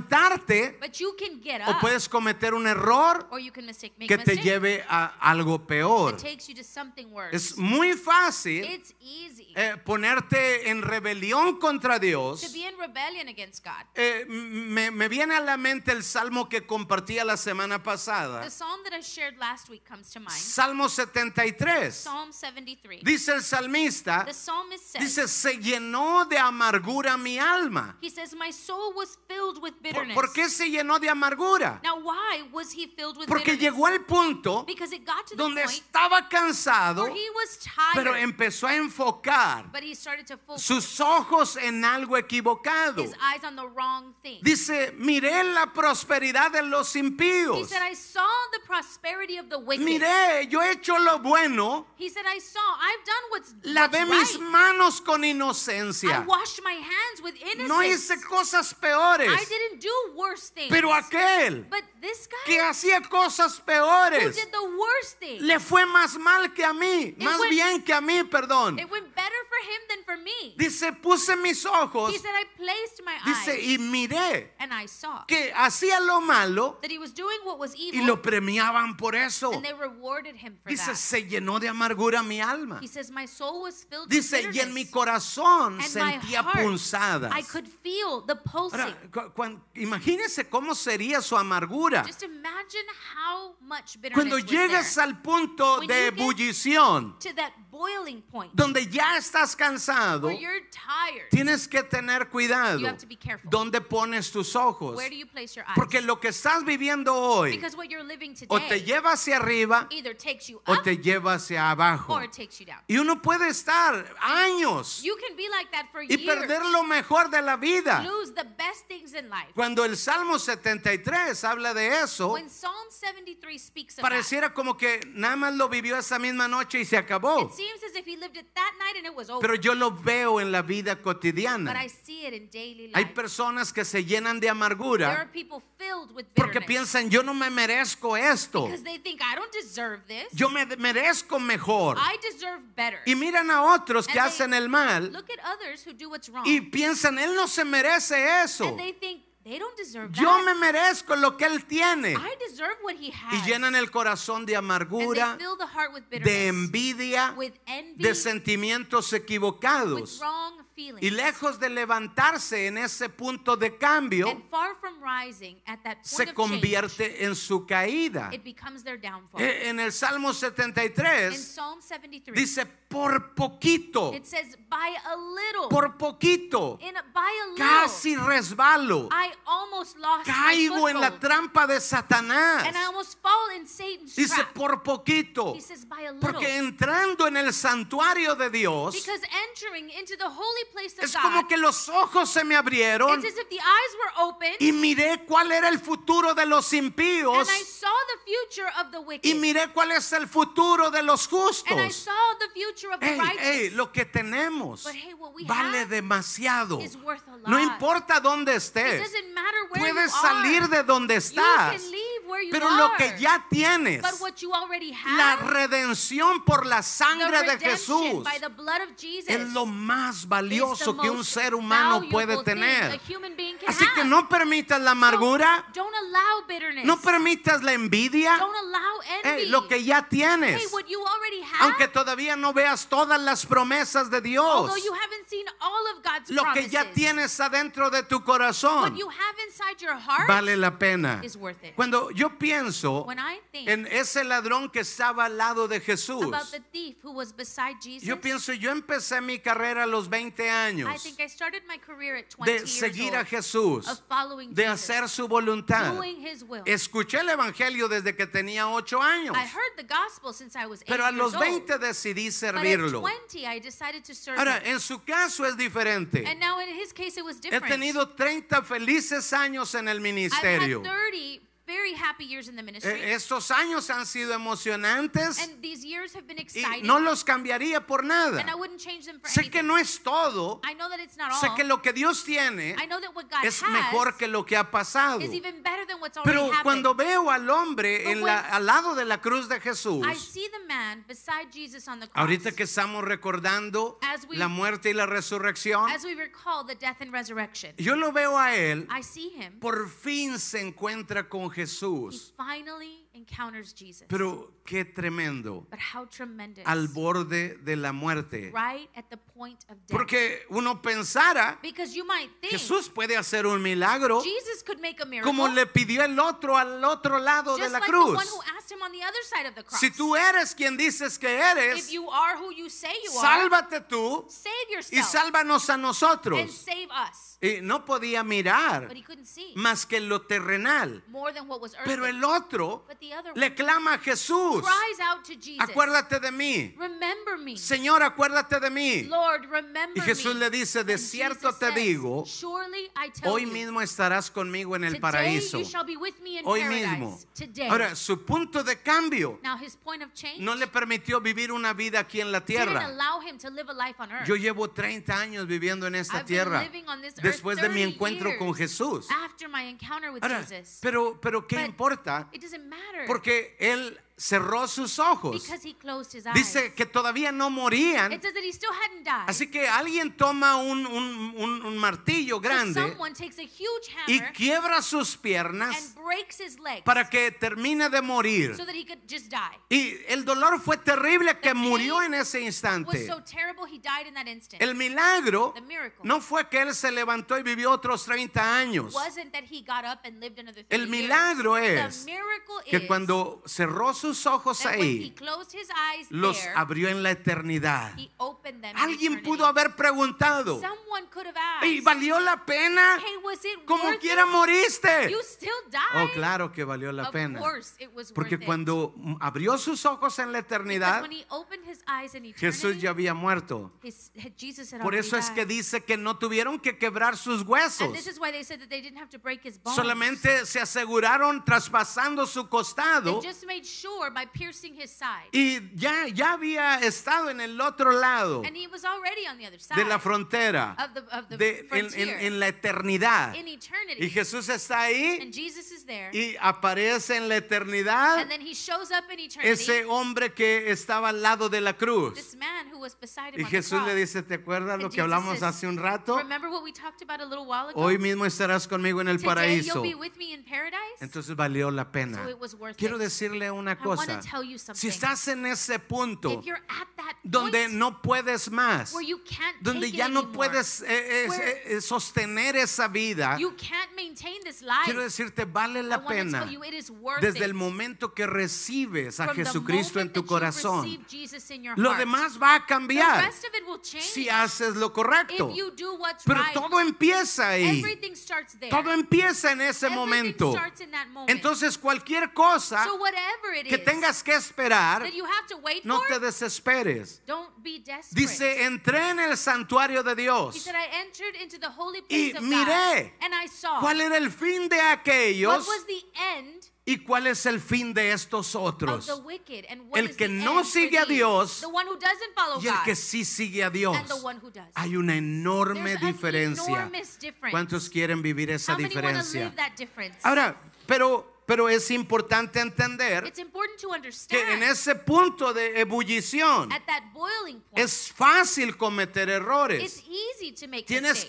[SPEAKER 2] levantarte
[SPEAKER 3] but you can get
[SPEAKER 2] o
[SPEAKER 3] up,
[SPEAKER 2] puedes cometer un error
[SPEAKER 3] or you can mistake, make
[SPEAKER 2] que
[SPEAKER 3] a
[SPEAKER 2] te
[SPEAKER 3] mistake.
[SPEAKER 2] lleve a algo peor.
[SPEAKER 3] it takes you to something worse.
[SPEAKER 2] Es muy fácil
[SPEAKER 3] it's easy
[SPEAKER 2] eh, ponerte en rebelión contra
[SPEAKER 3] to
[SPEAKER 2] Dios.
[SPEAKER 3] be in rebellion against God.
[SPEAKER 2] Eh, me, me viene a la mente el salmo que compartía la semana pasada,
[SPEAKER 3] The psalm that I shared last week comes to mind.
[SPEAKER 2] Salmo 73.
[SPEAKER 3] Psalm 73.
[SPEAKER 2] Dice el salmista,
[SPEAKER 3] The psalmist says,
[SPEAKER 2] dice, se llenó de amargura mi alma.
[SPEAKER 3] he says, my soul was filled with
[SPEAKER 2] ¿Por,
[SPEAKER 3] bitterness.
[SPEAKER 2] por qué se llenó de amargura?
[SPEAKER 3] Now, why was he filled with
[SPEAKER 2] Porque
[SPEAKER 3] bitterness?
[SPEAKER 2] llegó al punto
[SPEAKER 3] because it got to the
[SPEAKER 2] donde
[SPEAKER 3] point
[SPEAKER 2] estaba cansado,
[SPEAKER 3] where he was tired,
[SPEAKER 2] pero empezó a enfocar
[SPEAKER 3] but he started to focus
[SPEAKER 2] sus ojos en algo equivocado.
[SPEAKER 3] his eyes on the wrong thing.
[SPEAKER 2] Dice, miré la prosperidad de los
[SPEAKER 3] he
[SPEAKER 2] impíos.
[SPEAKER 3] said, I saw the prosperity of the wicked.
[SPEAKER 2] Miré, yo he hecho lo bueno,
[SPEAKER 3] he said, I saw, I've done what's,
[SPEAKER 2] lavé
[SPEAKER 3] what's
[SPEAKER 2] mis
[SPEAKER 3] right.
[SPEAKER 2] manos con
[SPEAKER 3] I
[SPEAKER 2] inocencia.
[SPEAKER 3] washed my hands with innocence.
[SPEAKER 2] No hice cosas
[SPEAKER 3] I
[SPEAKER 2] peores.
[SPEAKER 3] didn't do worse things.
[SPEAKER 2] Pero aquel
[SPEAKER 3] but this guy
[SPEAKER 2] que hacía cosas
[SPEAKER 3] who
[SPEAKER 2] peores.
[SPEAKER 3] did the worst thing.
[SPEAKER 2] Le fue más mal que a mí, más
[SPEAKER 3] went-
[SPEAKER 2] bien que a mí, perdón.
[SPEAKER 3] It went better for him than for me.
[SPEAKER 2] Dice, puse mis ojos,
[SPEAKER 3] He said, I placed my
[SPEAKER 2] dice, y
[SPEAKER 3] eyes
[SPEAKER 2] miré
[SPEAKER 3] and I saw
[SPEAKER 2] que hacía lo malo
[SPEAKER 3] that he was doing what was
[SPEAKER 2] y
[SPEAKER 3] evil
[SPEAKER 2] lo premiaban por eso.
[SPEAKER 3] and they rewarded him for
[SPEAKER 2] Dice,
[SPEAKER 3] that.
[SPEAKER 2] se llenó de amargura mi alma.
[SPEAKER 3] He says, My soul was filled with
[SPEAKER 2] Dice, y en mi
[SPEAKER 3] bitterness
[SPEAKER 2] corazón
[SPEAKER 3] and my
[SPEAKER 2] sentía
[SPEAKER 3] heart,
[SPEAKER 2] punzadas.
[SPEAKER 3] I could feel the pulsing.
[SPEAKER 2] Ahora, cu- cuan- imagínense cómo sería su amargura.
[SPEAKER 3] Just imagine how much bitterness
[SPEAKER 2] Cuando
[SPEAKER 3] was
[SPEAKER 2] llegas
[SPEAKER 3] there
[SPEAKER 2] al punto
[SPEAKER 3] When
[SPEAKER 2] de
[SPEAKER 3] you get-
[SPEAKER 2] ebullición,
[SPEAKER 3] to that boiling point
[SPEAKER 2] donde ya estás cansado,
[SPEAKER 3] where you're tired.
[SPEAKER 2] tienes que tener cuidado
[SPEAKER 3] You have to be careful.
[SPEAKER 2] donde pones tus ojos.
[SPEAKER 3] Where do you place your eyes?
[SPEAKER 2] Porque lo que estás viviendo hoy
[SPEAKER 3] because what you're living
[SPEAKER 2] o te
[SPEAKER 3] today
[SPEAKER 2] lleva hacia arriba
[SPEAKER 3] either takes you
[SPEAKER 2] o
[SPEAKER 3] up
[SPEAKER 2] te lleva hacia abajo.
[SPEAKER 3] or it takes you down.
[SPEAKER 2] Y uno puede estar años
[SPEAKER 3] You can be like that for
[SPEAKER 2] y
[SPEAKER 3] years.
[SPEAKER 2] perder lo mejor de la vida.
[SPEAKER 3] Lose the best things in life.
[SPEAKER 2] Cuando el Salmo 73 habla de eso,
[SPEAKER 3] When Psalm 73 speaks of that,
[SPEAKER 2] pareciera como que nada más lo vivió esa misma noche y se acabó.
[SPEAKER 3] it seems as if he lived it that night and it was over.
[SPEAKER 2] Pero yo lo veo en la vida
[SPEAKER 3] But I
[SPEAKER 2] cotidiana.
[SPEAKER 3] see it in daily
[SPEAKER 2] Hay
[SPEAKER 3] life.
[SPEAKER 2] personas que se llenan de
[SPEAKER 3] There are
[SPEAKER 2] amargura
[SPEAKER 3] people filled with
[SPEAKER 2] porque
[SPEAKER 3] bitterness
[SPEAKER 2] piensan, yo no me merezco esto.
[SPEAKER 3] because they think I don't deserve this.
[SPEAKER 2] Yo me de- merezco mejor.
[SPEAKER 3] I deserve better.
[SPEAKER 2] Y miran a otros que
[SPEAKER 3] And they
[SPEAKER 2] hacen el mal
[SPEAKER 3] Look at others who do what's wrong.
[SPEAKER 2] y piensan, él no se merece eso.
[SPEAKER 3] And they think they don't deserve
[SPEAKER 2] Yo me
[SPEAKER 3] that.
[SPEAKER 2] merezco lo que él tiene.
[SPEAKER 3] I deserve what he has.
[SPEAKER 2] Y llenan el corazón de amargura,
[SPEAKER 3] and they fill the heart with bitterness,
[SPEAKER 2] de envidia,
[SPEAKER 3] with envy,
[SPEAKER 2] de sentimientos
[SPEAKER 3] with
[SPEAKER 2] equivocados.
[SPEAKER 3] wrong feelings.
[SPEAKER 2] Y lejos de levantarse en ese punto de cambio,
[SPEAKER 3] and far from rising at that point
[SPEAKER 2] se
[SPEAKER 3] of change,
[SPEAKER 2] convierte en su caída.
[SPEAKER 3] it becomes their downfall.
[SPEAKER 2] E- En el Salmo
[SPEAKER 3] In
[SPEAKER 2] 73
[SPEAKER 3] Psalm 73,
[SPEAKER 2] dice, por poquito,
[SPEAKER 3] it says, "By a little,
[SPEAKER 2] por poquito,
[SPEAKER 3] in a, by a little,
[SPEAKER 2] casi resbalo,
[SPEAKER 3] I almost lost
[SPEAKER 2] caigo
[SPEAKER 3] my
[SPEAKER 2] en la
[SPEAKER 3] foothold,
[SPEAKER 2] trampa de Satanás.
[SPEAKER 3] and I almost fall in Satan's
[SPEAKER 2] Dice,
[SPEAKER 3] trap."
[SPEAKER 2] por poquito,
[SPEAKER 3] He says, "By a little."
[SPEAKER 2] porque entrando en el santuario de Dios,
[SPEAKER 3] because entering into the holy place of
[SPEAKER 2] es
[SPEAKER 3] God,
[SPEAKER 2] como que los ojos se me abrieron
[SPEAKER 3] it's as if the eyes were opened,
[SPEAKER 2] y miré cuál era el futuro de los impíos
[SPEAKER 3] and I saw the future of the wicked,
[SPEAKER 2] y miré cuál es el futuro de los
[SPEAKER 3] and I
[SPEAKER 2] justos.
[SPEAKER 3] saw the future of the
[SPEAKER 2] Ey,
[SPEAKER 3] righteous.
[SPEAKER 2] ey, lo que tenemos
[SPEAKER 3] But hey, what we
[SPEAKER 2] vale
[SPEAKER 3] have
[SPEAKER 2] demasiado.
[SPEAKER 3] is worth a
[SPEAKER 2] No
[SPEAKER 3] lot.
[SPEAKER 2] importa dónde
[SPEAKER 3] It
[SPEAKER 2] estés,
[SPEAKER 3] doesn't matter where
[SPEAKER 2] puedes
[SPEAKER 3] you
[SPEAKER 2] salir
[SPEAKER 3] are.
[SPEAKER 2] de donde
[SPEAKER 3] You
[SPEAKER 2] estás,
[SPEAKER 3] can leave where you
[SPEAKER 2] pero
[SPEAKER 3] are.
[SPEAKER 2] lo que ya tienes,
[SPEAKER 3] but what you already
[SPEAKER 2] la
[SPEAKER 3] have,
[SPEAKER 2] redención por la
[SPEAKER 3] the
[SPEAKER 2] sangre de
[SPEAKER 3] redemption
[SPEAKER 2] Jesús,
[SPEAKER 3] by the blood of Jesus,
[SPEAKER 2] es lo más
[SPEAKER 3] is
[SPEAKER 2] valioso
[SPEAKER 3] the
[SPEAKER 2] que un
[SPEAKER 3] most
[SPEAKER 2] ser humano
[SPEAKER 3] valuable
[SPEAKER 2] puede
[SPEAKER 3] thing a
[SPEAKER 2] tener.
[SPEAKER 3] human being can
[SPEAKER 2] Así que
[SPEAKER 3] have.
[SPEAKER 2] no permitas la amargura,
[SPEAKER 3] So, don't allow bitterness.
[SPEAKER 2] no permitas la envidia,
[SPEAKER 3] don't allow envy.
[SPEAKER 2] Ey, lo que ya
[SPEAKER 3] hey,
[SPEAKER 2] tienes,
[SPEAKER 3] what you already have,
[SPEAKER 2] aunque todavía no veas todas las promesas de Dios,
[SPEAKER 3] although you haven't seen all of God's
[SPEAKER 2] lo que
[SPEAKER 3] promises,
[SPEAKER 2] ya tienes adentro de tu
[SPEAKER 3] what
[SPEAKER 2] corazón
[SPEAKER 3] you have inside your heart
[SPEAKER 2] vale la pena.
[SPEAKER 3] is worth it.
[SPEAKER 2] Cuando yo pienso
[SPEAKER 3] When I think
[SPEAKER 2] en ese ladrón que estaba al lado de Jesús,
[SPEAKER 3] about the thief who was beside Jesus,
[SPEAKER 2] yo pienso, yo empecé mi carrera a los 20
[SPEAKER 3] I
[SPEAKER 2] años
[SPEAKER 3] think I started my career at 20
[SPEAKER 2] de
[SPEAKER 3] years old
[SPEAKER 2] seguir a Jesús,
[SPEAKER 3] of following
[SPEAKER 2] de
[SPEAKER 3] Jesus,
[SPEAKER 2] hacer su voluntad.
[SPEAKER 3] doing His will.
[SPEAKER 2] Escuché el Evangelio desde que tenía 8 años,
[SPEAKER 3] I heard the gospel since I was eight
[SPEAKER 2] pero a
[SPEAKER 3] years
[SPEAKER 2] los
[SPEAKER 3] old.
[SPEAKER 2] 20 decidí
[SPEAKER 3] but
[SPEAKER 2] servirlo.
[SPEAKER 3] at 20, I decided to serve
[SPEAKER 2] Ahora,
[SPEAKER 3] him.
[SPEAKER 2] en su caso es diferente.
[SPEAKER 3] And now in his case, it was
[SPEAKER 2] He
[SPEAKER 3] different.
[SPEAKER 2] tenido 30 felices años en el
[SPEAKER 3] I've had
[SPEAKER 2] ministerio.
[SPEAKER 3] 30 very happy years in the ministry.
[SPEAKER 2] Eh, Estos años han sido emocionantes
[SPEAKER 3] and these years have been
[SPEAKER 2] y
[SPEAKER 3] exciting.
[SPEAKER 2] no los cambiaría por
[SPEAKER 3] and I
[SPEAKER 2] nada.
[SPEAKER 3] wouldn't change them for
[SPEAKER 2] Sé que
[SPEAKER 3] anything.
[SPEAKER 2] no es todo.
[SPEAKER 3] I know that it's not
[SPEAKER 2] Sé
[SPEAKER 3] all.
[SPEAKER 2] que lo que Dios tiene
[SPEAKER 3] I know that what God
[SPEAKER 2] es
[SPEAKER 3] has
[SPEAKER 2] mejor que lo que ha pasado.
[SPEAKER 3] is even better than what's already
[SPEAKER 2] Pero
[SPEAKER 3] happened.
[SPEAKER 2] cuando veo al hombre
[SPEAKER 3] But
[SPEAKER 2] en la-
[SPEAKER 3] when-
[SPEAKER 2] al lado de la cruz de Jesús,
[SPEAKER 3] I see the man beside Jesus on the cross.
[SPEAKER 2] ahorita que estamos recordando
[SPEAKER 3] As we-
[SPEAKER 2] la muerte y la resurrección,
[SPEAKER 3] as we recall the death and resurrection,
[SPEAKER 2] yo lo veo a él,
[SPEAKER 3] I see him.
[SPEAKER 2] por fin se encuentra con
[SPEAKER 3] He
[SPEAKER 2] Jesús.
[SPEAKER 3] finally encounters Jesus.
[SPEAKER 2] Pero qué tremendo.
[SPEAKER 3] but how tremendous.
[SPEAKER 2] al borde de la muerte.
[SPEAKER 3] right at the point of death.
[SPEAKER 2] Porque uno pensara,
[SPEAKER 3] because you might think
[SPEAKER 2] Jesús puede hacer un milagro
[SPEAKER 3] Jesus could make a miracle.
[SPEAKER 2] como le pidió el otro al otro lado
[SPEAKER 3] just
[SPEAKER 2] de la
[SPEAKER 3] like the
[SPEAKER 2] cruz.
[SPEAKER 3] one who asked him on the other side of the cross.
[SPEAKER 2] Si tú eres quien dices que
[SPEAKER 3] if
[SPEAKER 2] eres,
[SPEAKER 3] you are who you say you are,
[SPEAKER 2] sálvate tú
[SPEAKER 3] save
[SPEAKER 2] y
[SPEAKER 3] yourself
[SPEAKER 2] sálvanos a
[SPEAKER 3] and
[SPEAKER 2] nosotros.
[SPEAKER 3] save us.
[SPEAKER 2] Y no podía mirar
[SPEAKER 3] But he couldn't see
[SPEAKER 2] más que lo terrenal.
[SPEAKER 3] more than what was earthly.
[SPEAKER 2] Pero el otro
[SPEAKER 3] but the other
[SPEAKER 2] le clama a Jesús,
[SPEAKER 3] one cries out to Jesus,
[SPEAKER 2] acuérdate de mí.
[SPEAKER 3] remember me.
[SPEAKER 2] Señor, acuérdate de mí.
[SPEAKER 3] Lord, remember
[SPEAKER 2] Y Jesús
[SPEAKER 3] me.
[SPEAKER 2] le dice, "De
[SPEAKER 3] And
[SPEAKER 2] cierto
[SPEAKER 3] Jesus
[SPEAKER 2] te
[SPEAKER 3] says,
[SPEAKER 2] digo,
[SPEAKER 3] Surely I tell
[SPEAKER 2] Hoy
[SPEAKER 3] you,
[SPEAKER 2] mismo estarás conmigo en el
[SPEAKER 3] today
[SPEAKER 2] paraíso.
[SPEAKER 3] you shall be with me in
[SPEAKER 2] Hoy
[SPEAKER 3] paradise.
[SPEAKER 2] mismo.
[SPEAKER 3] Today.
[SPEAKER 2] Ahora, su punto de de cambio
[SPEAKER 3] Now his point of change
[SPEAKER 2] no le permitió vivir una vida aquí en la
[SPEAKER 3] didn't
[SPEAKER 2] tierra.
[SPEAKER 3] allow him to live a life on earth.
[SPEAKER 2] Yo llevo 30 años viviendo en esta
[SPEAKER 3] I've been
[SPEAKER 2] tierra
[SPEAKER 3] living on this earth
[SPEAKER 2] después de mi
[SPEAKER 3] 30
[SPEAKER 2] encuentro con
[SPEAKER 3] years
[SPEAKER 2] Jesús.
[SPEAKER 3] After my encounter with
[SPEAKER 2] Ahora,
[SPEAKER 3] Jesus.
[SPEAKER 2] pero, pero ¿qué
[SPEAKER 3] But-
[SPEAKER 2] importa?
[SPEAKER 3] it doesn't matter
[SPEAKER 2] Porque él cerró sus ojos.
[SPEAKER 3] because he closed his eyes.
[SPEAKER 2] Dice que todavía no morían.
[SPEAKER 3] it says that he still hadn't died.
[SPEAKER 2] Así que alguien toma un, un- un- un martillo
[SPEAKER 3] So
[SPEAKER 2] grande
[SPEAKER 3] someone takes a huge
[SPEAKER 2] y
[SPEAKER 3] hammer
[SPEAKER 2] quiebra sus
[SPEAKER 3] and
[SPEAKER 2] piernas
[SPEAKER 3] breaks his legs
[SPEAKER 2] para que termine de morir.
[SPEAKER 3] so that he could just die.
[SPEAKER 2] Y el dolor fue terrible que
[SPEAKER 3] The pain
[SPEAKER 2] murió en ese
[SPEAKER 3] was
[SPEAKER 2] instante.
[SPEAKER 3] so terrible he died in that instant.
[SPEAKER 2] El milagro
[SPEAKER 3] The miracle.
[SPEAKER 2] no fue que él se levantó y vivió otros 30 años.
[SPEAKER 3] wasn't that he got up and lived another
[SPEAKER 2] El
[SPEAKER 3] 30 years.
[SPEAKER 2] milagro es
[SPEAKER 3] the miracle
[SPEAKER 2] Que
[SPEAKER 3] is
[SPEAKER 2] cuando cerró sus ojos
[SPEAKER 3] that when he
[SPEAKER 2] ahí,
[SPEAKER 3] closed his eyes
[SPEAKER 2] los
[SPEAKER 3] there,
[SPEAKER 2] abrió en la eternidad.
[SPEAKER 3] he opened them. in
[SPEAKER 2] Alguien
[SPEAKER 3] eternity.
[SPEAKER 2] pudo haber preguntado,
[SPEAKER 3] Someone could have asked,
[SPEAKER 2] ¿y valió la pena?
[SPEAKER 3] "Hey, was it
[SPEAKER 2] Como
[SPEAKER 3] worth
[SPEAKER 2] quiera
[SPEAKER 3] it?
[SPEAKER 2] moriste.
[SPEAKER 3] You still died."
[SPEAKER 2] Oh, claro que valió la
[SPEAKER 3] of
[SPEAKER 2] pena.
[SPEAKER 3] course, it was
[SPEAKER 2] Porque
[SPEAKER 3] worth it.
[SPEAKER 2] cuando abrió sus ojos en la
[SPEAKER 3] Because
[SPEAKER 2] eternidad,
[SPEAKER 3] when he opened his eyes in eternity,
[SPEAKER 2] Jesús ya había muerto.
[SPEAKER 3] his, had- Jesus had
[SPEAKER 2] Por
[SPEAKER 3] already
[SPEAKER 2] eso es que
[SPEAKER 3] died.
[SPEAKER 2] dice que no tuvieron que quebrar sus
[SPEAKER 3] And this
[SPEAKER 2] huesos.
[SPEAKER 3] is why they said that they didn't have to break his bones.
[SPEAKER 2] Solamente se aseguraron traspasando su
[SPEAKER 3] they
[SPEAKER 2] costado
[SPEAKER 3] just made sure by piercing his side.
[SPEAKER 2] y ya, ya había estado en el otro lado
[SPEAKER 3] and he was already on the other side
[SPEAKER 2] de la frontera,
[SPEAKER 3] of the, of the
[SPEAKER 2] de- en, en-
[SPEAKER 3] frontier
[SPEAKER 2] en la eternidad.
[SPEAKER 3] in eternity.
[SPEAKER 2] Y Jesús está ahí
[SPEAKER 3] and Jesus is there.
[SPEAKER 2] y aparece en la eternidad
[SPEAKER 3] and then he shows up in eternity.
[SPEAKER 2] ese hombre que estaba al lado de la cruz.
[SPEAKER 3] this man who was beside him
[SPEAKER 2] Y
[SPEAKER 3] on
[SPEAKER 2] Jesús
[SPEAKER 3] the
[SPEAKER 2] le
[SPEAKER 3] cross.
[SPEAKER 2] dice, ¿te acuerdas
[SPEAKER 3] And
[SPEAKER 2] lo que
[SPEAKER 3] Jesus
[SPEAKER 2] hablamos
[SPEAKER 3] says,
[SPEAKER 2] hace un rato?
[SPEAKER 3] Remember what we talked about a little while ago?
[SPEAKER 2] Hoy mismo estarás conmigo en el
[SPEAKER 3] Today
[SPEAKER 2] paraíso.
[SPEAKER 3] you'll be with me in paradise.
[SPEAKER 2] Entonces valió la pena.
[SPEAKER 3] So it was worth
[SPEAKER 2] Quiero
[SPEAKER 3] it.
[SPEAKER 2] decirle una
[SPEAKER 3] I wanna
[SPEAKER 2] cosa.
[SPEAKER 3] tell you
[SPEAKER 2] Si
[SPEAKER 3] something.
[SPEAKER 2] estás en ese punto
[SPEAKER 3] if you're at that
[SPEAKER 2] donde
[SPEAKER 3] point
[SPEAKER 2] no puedes más,
[SPEAKER 3] where you can't
[SPEAKER 2] donde
[SPEAKER 3] take
[SPEAKER 2] ya
[SPEAKER 3] it
[SPEAKER 2] no
[SPEAKER 3] anymore,
[SPEAKER 2] puedes eh, eh,
[SPEAKER 3] Where-
[SPEAKER 2] eh, sostener esa vida,
[SPEAKER 3] you can't maintain this life.
[SPEAKER 2] quiero decirte, vale
[SPEAKER 3] I
[SPEAKER 2] la
[SPEAKER 3] want to
[SPEAKER 2] pena
[SPEAKER 3] tell you it is worth
[SPEAKER 2] desde el
[SPEAKER 3] it.
[SPEAKER 2] momento que recibes a
[SPEAKER 3] From the
[SPEAKER 2] Jesucristo en
[SPEAKER 3] moment
[SPEAKER 2] tu
[SPEAKER 3] that you
[SPEAKER 2] corazón.
[SPEAKER 3] receive Jesus in your
[SPEAKER 2] Lo
[SPEAKER 3] heart.
[SPEAKER 2] demás va a
[SPEAKER 3] The
[SPEAKER 2] cambiar
[SPEAKER 3] rest of it will change
[SPEAKER 2] si haces lo correcto.
[SPEAKER 3] if you do what's
[SPEAKER 2] Pero
[SPEAKER 3] right.
[SPEAKER 2] todo empieza ahí.
[SPEAKER 3] Everything starts there.
[SPEAKER 2] Todo empieza en ese
[SPEAKER 3] Everything
[SPEAKER 2] momento.
[SPEAKER 3] starts in that moment.
[SPEAKER 2] Entonces cualquier cosa
[SPEAKER 3] so whatever it is
[SPEAKER 2] que tengas que esperar,
[SPEAKER 3] that you have to wait
[SPEAKER 2] no
[SPEAKER 3] for,
[SPEAKER 2] te desesperes.
[SPEAKER 3] don't be desperate.
[SPEAKER 2] Dice, entré en el santuario de
[SPEAKER 3] he
[SPEAKER 2] Dios.
[SPEAKER 3] said, I entered into the holy place of God,
[SPEAKER 2] miré
[SPEAKER 3] and I saw
[SPEAKER 2] ¿Cuál era el fin de
[SPEAKER 3] what
[SPEAKER 2] aquellos
[SPEAKER 3] was the end
[SPEAKER 2] y cuál es el fin de estos
[SPEAKER 3] of the
[SPEAKER 2] otros?
[SPEAKER 3] wicked, and what
[SPEAKER 2] El
[SPEAKER 3] is
[SPEAKER 2] que
[SPEAKER 3] the
[SPEAKER 2] no
[SPEAKER 3] end for
[SPEAKER 2] sigue a
[SPEAKER 3] these?
[SPEAKER 2] Dios
[SPEAKER 3] the one who doesn't follow
[SPEAKER 2] Y el
[SPEAKER 3] God,
[SPEAKER 2] que sí sigue a Dios.
[SPEAKER 3] and the one who does.
[SPEAKER 2] Hay una enorme
[SPEAKER 3] There's an
[SPEAKER 2] diferencia.
[SPEAKER 3] enormous difference.
[SPEAKER 2] ¿Cuántos quieren vivir esa
[SPEAKER 3] How many want to
[SPEAKER 2] diferencia?
[SPEAKER 3] live that difference?
[SPEAKER 2] Ahora, pero, pero es importante entender
[SPEAKER 3] it's important to understand
[SPEAKER 2] que en ese punto de ebullición
[SPEAKER 3] at that boiling point,
[SPEAKER 2] es fácil cometer
[SPEAKER 3] it's
[SPEAKER 2] errores.
[SPEAKER 3] easy to make
[SPEAKER 2] Tienes
[SPEAKER 3] mistakes.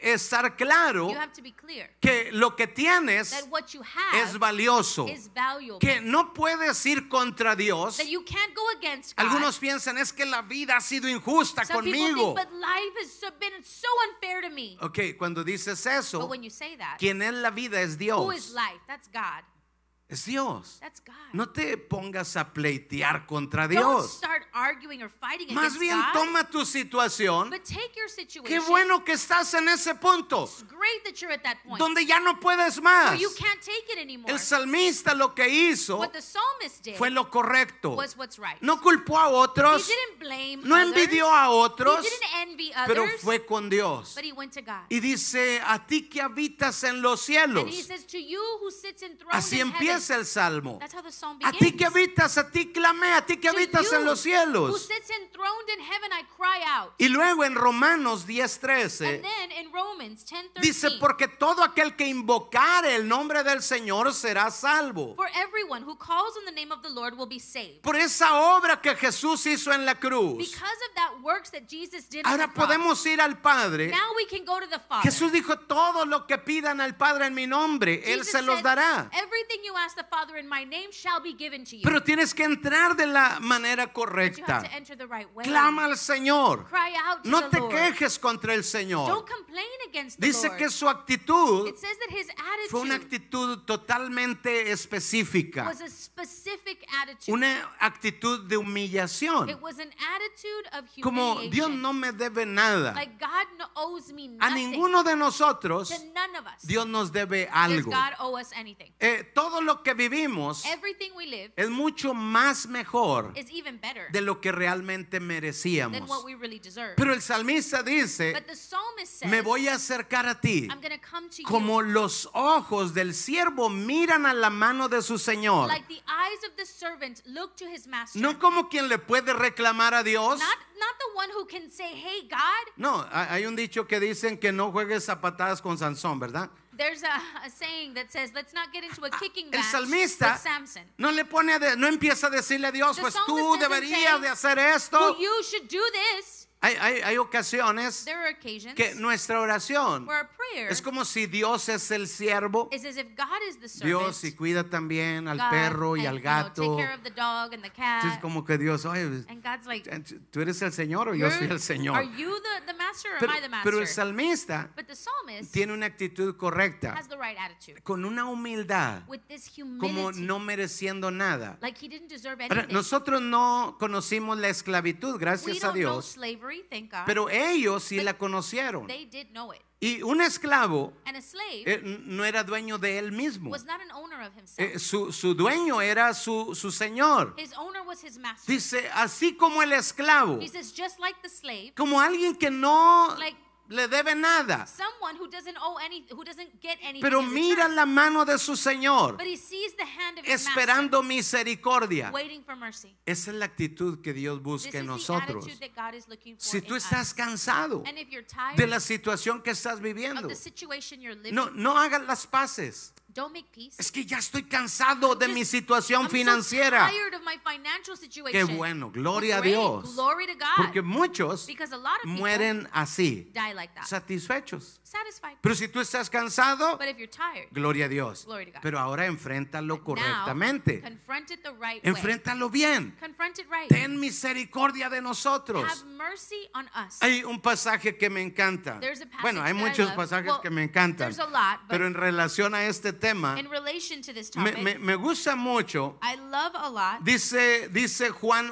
[SPEAKER 2] que estar claro
[SPEAKER 3] You have to be clear
[SPEAKER 2] que lo que tienes
[SPEAKER 3] that what you have
[SPEAKER 2] es valioso,
[SPEAKER 3] is valuable.
[SPEAKER 2] que no puedes ir contra Dios.
[SPEAKER 3] that you can't go against God.
[SPEAKER 2] Algunos piensan es que la vida ha sido injusta
[SPEAKER 3] Some people
[SPEAKER 2] conmigo. Oh,
[SPEAKER 3] think, but life has so- been so unfair to me.
[SPEAKER 2] Ok, cuando dices
[SPEAKER 3] But
[SPEAKER 2] eso,
[SPEAKER 3] when you say that,
[SPEAKER 2] quien es la vida es
[SPEAKER 3] who is
[SPEAKER 2] Dios.
[SPEAKER 3] life? That's God.
[SPEAKER 2] Es Dios.
[SPEAKER 3] That's God.
[SPEAKER 2] No te pongas a pleitear contra
[SPEAKER 3] Don't
[SPEAKER 2] Dios.
[SPEAKER 3] start arguing or fighting
[SPEAKER 2] Más
[SPEAKER 3] against
[SPEAKER 2] bien
[SPEAKER 3] God.
[SPEAKER 2] toma tu situación.
[SPEAKER 3] But take your situation.
[SPEAKER 2] Qué bueno que estás en ese punto
[SPEAKER 3] It's great that you're at that point.
[SPEAKER 2] donde ya no puedes
[SPEAKER 3] where
[SPEAKER 2] más.
[SPEAKER 3] you can't take it anymore.
[SPEAKER 2] El salmista lo que hizo
[SPEAKER 3] what the psalmist did
[SPEAKER 2] fue lo correcto.
[SPEAKER 3] was what's right.
[SPEAKER 2] No culpó a
[SPEAKER 3] he
[SPEAKER 2] otros,
[SPEAKER 3] didn't blame
[SPEAKER 2] no
[SPEAKER 3] others.
[SPEAKER 2] envidió a otros,
[SPEAKER 3] he didn't envy others.
[SPEAKER 2] pero fue con Dios.
[SPEAKER 3] but he went to God.
[SPEAKER 2] Y dice, a ti que habitas en los
[SPEAKER 3] and he
[SPEAKER 2] cielos.
[SPEAKER 3] says, to you who sits enthroned
[SPEAKER 2] Así
[SPEAKER 3] in heaven.
[SPEAKER 2] empieza el salmo.
[SPEAKER 3] That's how the psalm
[SPEAKER 2] A
[SPEAKER 3] begins.
[SPEAKER 2] ti que habitas, a ti clamé, a ti que
[SPEAKER 3] To
[SPEAKER 2] habitas
[SPEAKER 3] you
[SPEAKER 2] en los
[SPEAKER 3] Who
[SPEAKER 2] cielos.
[SPEAKER 3] sits enthroned in heaven, I cry out.
[SPEAKER 2] Y luego en Romanos
[SPEAKER 3] And
[SPEAKER 2] 10:13
[SPEAKER 3] then in Romans 10:13,
[SPEAKER 2] dice, porque todo aquel que invocare el nombre del Señor será salvo.
[SPEAKER 3] for everyone who calls on the name of the Lord will be saved.
[SPEAKER 2] Por esa obra que Jesús hizo en la cruz.
[SPEAKER 3] Because of that works that Jesus did on the
[SPEAKER 2] Ahora
[SPEAKER 3] cross.
[SPEAKER 2] podemos ir al Padre.
[SPEAKER 3] Now we can go to the Father.
[SPEAKER 2] Jesús dijo, todo lo que pidan al Padre en mi nombre, Él
[SPEAKER 3] Jesus
[SPEAKER 2] se los
[SPEAKER 3] said,
[SPEAKER 2] dará.
[SPEAKER 3] Everything you ask the Father in my name shall be given to you.
[SPEAKER 2] Pero tienes que entrar de la manera
[SPEAKER 3] you have
[SPEAKER 2] correcta.
[SPEAKER 3] to enter the right way.
[SPEAKER 2] Clama al Señor.
[SPEAKER 3] Cry out to
[SPEAKER 2] No
[SPEAKER 3] the
[SPEAKER 2] te
[SPEAKER 3] Lord.
[SPEAKER 2] quejes contra el Señor.
[SPEAKER 3] Don't complain against the
[SPEAKER 2] Dice
[SPEAKER 3] Lord.
[SPEAKER 2] que su actitud
[SPEAKER 3] it says that his attitude
[SPEAKER 2] fue una actitud totalmente específica.
[SPEAKER 3] was a specific attitude.
[SPEAKER 2] Una actitud de humillación.
[SPEAKER 3] it was an attitude of
[SPEAKER 2] Como
[SPEAKER 3] humiliation.
[SPEAKER 2] Dios no me debe nada.
[SPEAKER 3] Like God no owes me
[SPEAKER 2] A
[SPEAKER 3] nothing.
[SPEAKER 2] ninguno de nosotros
[SPEAKER 3] to none of us.
[SPEAKER 2] Dios nos debe
[SPEAKER 3] Does
[SPEAKER 2] algo.
[SPEAKER 3] God owe us anything?
[SPEAKER 2] Eh, todo lo que vivimos
[SPEAKER 3] Everything we live
[SPEAKER 2] es mucho más mejor
[SPEAKER 3] is even better
[SPEAKER 2] de lo que realmente
[SPEAKER 3] than what
[SPEAKER 2] merecíamos.
[SPEAKER 3] we really deserve.
[SPEAKER 2] Pero el salmista dice,
[SPEAKER 3] but the psalmist says,
[SPEAKER 2] me voy a acercar a ti
[SPEAKER 3] I'm going to come to you
[SPEAKER 2] como los ojos del siervo miran a la mano de su Señor.
[SPEAKER 3] like the eyes of the servant look to his master.
[SPEAKER 2] No como quien le puede reclamar a Dios.
[SPEAKER 3] not, not the one who can say, hey, God.
[SPEAKER 2] No, ha- hay un dicho que dicen que no juegues a patadas con Sansón, ¿verdad?
[SPEAKER 3] There's a, a saying that says, let's not get into a kicking
[SPEAKER 2] Ah, El
[SPEAKER 3] match
[SPEAKER 2] salmista
[SPEAKER 3] with Samson.
[SPEAKER 2] no le pone a de- no empieza a decirle a Dios,
[SPEAKER 3] The
[SPEAKER 2] pues
[SPEAKER 3] psalmist
[SPEAKER 2] tú
[SPEAKER 3] doesn't
[SPEAKER 2] deberías
[SPEAKER 3] say,
[SPEAKER 2] de hacer
[SPEAKER 3] Well,
[SPEAKER 2] esto.
[SPEAKER 3] you should do this.
[SPEAKER 2] Hay, hay- hay ocasiones
[SPEAKER 3] There are occasions
[SPEAKER 2] que nuestra oración
[SPEAKER 3] where our prayer
[SPEAKER 2] es como si Dios es el siervo.
[SPEAKER 3] is as if God is the servant.
[SPEAKER 2] Dios y cuida también al
[SPEAKER 3] God,
[SPEAKER 2] perro y
[SPEAKER 3] and,
[SPEAKER 2] al
[SPEAKER 3] you know,
[SPEAKER 2] gato.
[SPEAKER 3] take care of the dog and the
[SPEAKER 2] Entonces
[SPEAKER 3] cat.
[SPEAKER 2] como que Dios, oye,
[SPEAKER 3] And God's like,
[SPEAKER 2] tú eres el Señor o yo soy
[SPEAKER 3] "You're-
[SPEAKER 2] el
[SPEAKER 3] Are
[SPEAKER 2] Señor.
[SPEAKER 3] you the, the master or
[SPEAKER 2] Pero,
[SPEAKER 3] am I the master?
[SPEAKER 2] pero el salmista
[SPEAKER 3] but the psalmist
[SPEAKER 2] tiene una actitud correcta,
[SPEAKER 3] has the right attitude
[SPEAKER 2] con una humildad,
[SPEAKER 3] with this
[SPEAKER 2] como
[SPEAKER 3] humility.
[SPEAKER 2] no mereciendo nada.
[SPEAKER 3] like he didn't deserve
[SPEAKER 2] Ahora,
[SPEAKER 3] anything.
[SPEAKER 2] nosotros no conocimos la esclavitud,
[SPEAKER 3] we
[SPEAKER 2] gracias a
[SPEAKER 3] don't know
[SPEAKER 2] Dios,
[SPEAKER 3] slavery, thank God.
[SPEAKER 2] pero ellos sí
[SPEAKER 3] But
[SPEAKER 2] la conocieron.
[SPEAKER 3] they did know it.
[SPEAKER 2] Y un esclavo
[SPEAKER 3] And a slave
[SPEAKER 2] eh, n- no era dueño de él mismo.
[SPEAKER 3] was not an owner of himself.
[SPEAKER 2] Eh, su, su dueño era su, su señor.
[SPEAKER 3] His owner was his master.
[SPEAKER 2] Dice, así como el esclavo,
[SPEAKER 3] He says, just like the slave,
[SPEAKER 2] como alguien que no
[SPEAKER 3] Like-
[SPEAKER 2] le debe nada,
[SPEAKER 3] someone who doesn't owe any, who doesn't get anything.
[SPEAKER 2] pero
[SPEAKER 3] in
[SPEAKER 2] mira
[SPEAKER 3] return,
[SPEAKER 2] la mano de su señor,
[SPEAKER 3] but he sees the hand of his
[SPEAKER 2] esperando misericordia.
[SPEAKER 3] master, waiting for mercy.
[SPEAKER 2] Esa es la actitud que Dios
[SPEAKER 3] This
[SPEAKER 2] busca
[SPEAKER 3] is
[SPEAKER 2] en
[SPEAKER 3] the
[SPEAKER 2] nosotros.
[SPEAKER 3] attitude that God is looking for
[SPEAKER 2] Si tú
[SPEAKER 3] in
[SPEAKER 2] estás
[SPEAKER 3] us.
[SPEAKER 2] cansado
[SPEAKER 3] And if you're tired
[SPEAKER 2] de la situación que estás
[SPEAKER 3] of
[SPEAKER 2] viviendo,
[SPEAKER 3] the situation you're living,
[SPEAKER 2] no, no hagas las paces.
[SPEAKER 3] don't make peace.
[SPEAKER 2] Es que ya estoy cansado de
[SPEAKER 3] Just-
[SPEAKER 2] mi situación
[SPEAKER 3] I'm so
[SPEAKER 2] financiera.
[SPEAKER 3] tired of my financial
[SPEAKER 2] Qué
[SPEAKER 3] situation.
[SPEAKER 2] bueno, gloria a
[SPEAKER 3] Great,
[SPEAKER 2] Dios.
[SPEAKER 3] Glory to God.
[SPEAKER 2] Porque muchos
[SPEAKER 3] because a lot of people
[SPEAKER 2] mueren así,
[SPEAKER 3] die like that.
[SPEAKER 2] satisfechos.
[SPEAKER 3] Satisfied.
[SPEAKER 2] Pero si tú estás cansado,
[SPEAKER 3] But if you're tired,
[SPEAKER 2] gloria a Dios.
[SPEAKER 3] Glory to God.
[SPEAKER 2] Pero ahora enfréntalo
[SPEAKER 3] now,
[SPEAKER 2] correctamente.
[SPEAKER 3] confront it the right way.
[SPEAKER 2] Enfréntalo bien.
[SPEAKER 3] Confront it right.
[SPEAKER 2] Ten misericordia de nosotros.
[SPEAKER 3] Have mercy on us.
[SPEAKER 2] Hay un pasaje que me encanta.
[SPEAKER 3] There's a passage
[SPEAKER 2] Bueno, hay
[SPEAKER 3] that I
[SPEAKER 2] muchos
[SPEAKER 3] love.
[SPEAKER 2] pasajes
[SPEAKER 3] Well,
[SPEAKER 2] que me encantan.
[SPEAKER 3] there's a lot, but-
[SPEAKER 2] pero en relación a este tema,
[SPEAKER 3] In relation to this
[SPEAKER 2] me,
[SPEAKER 3] topic,
[SPEAKER 2] me- me gusta mucho.
[SPEAKER 3] I love a lot
[SPEAKER 2] Dice, dice Juan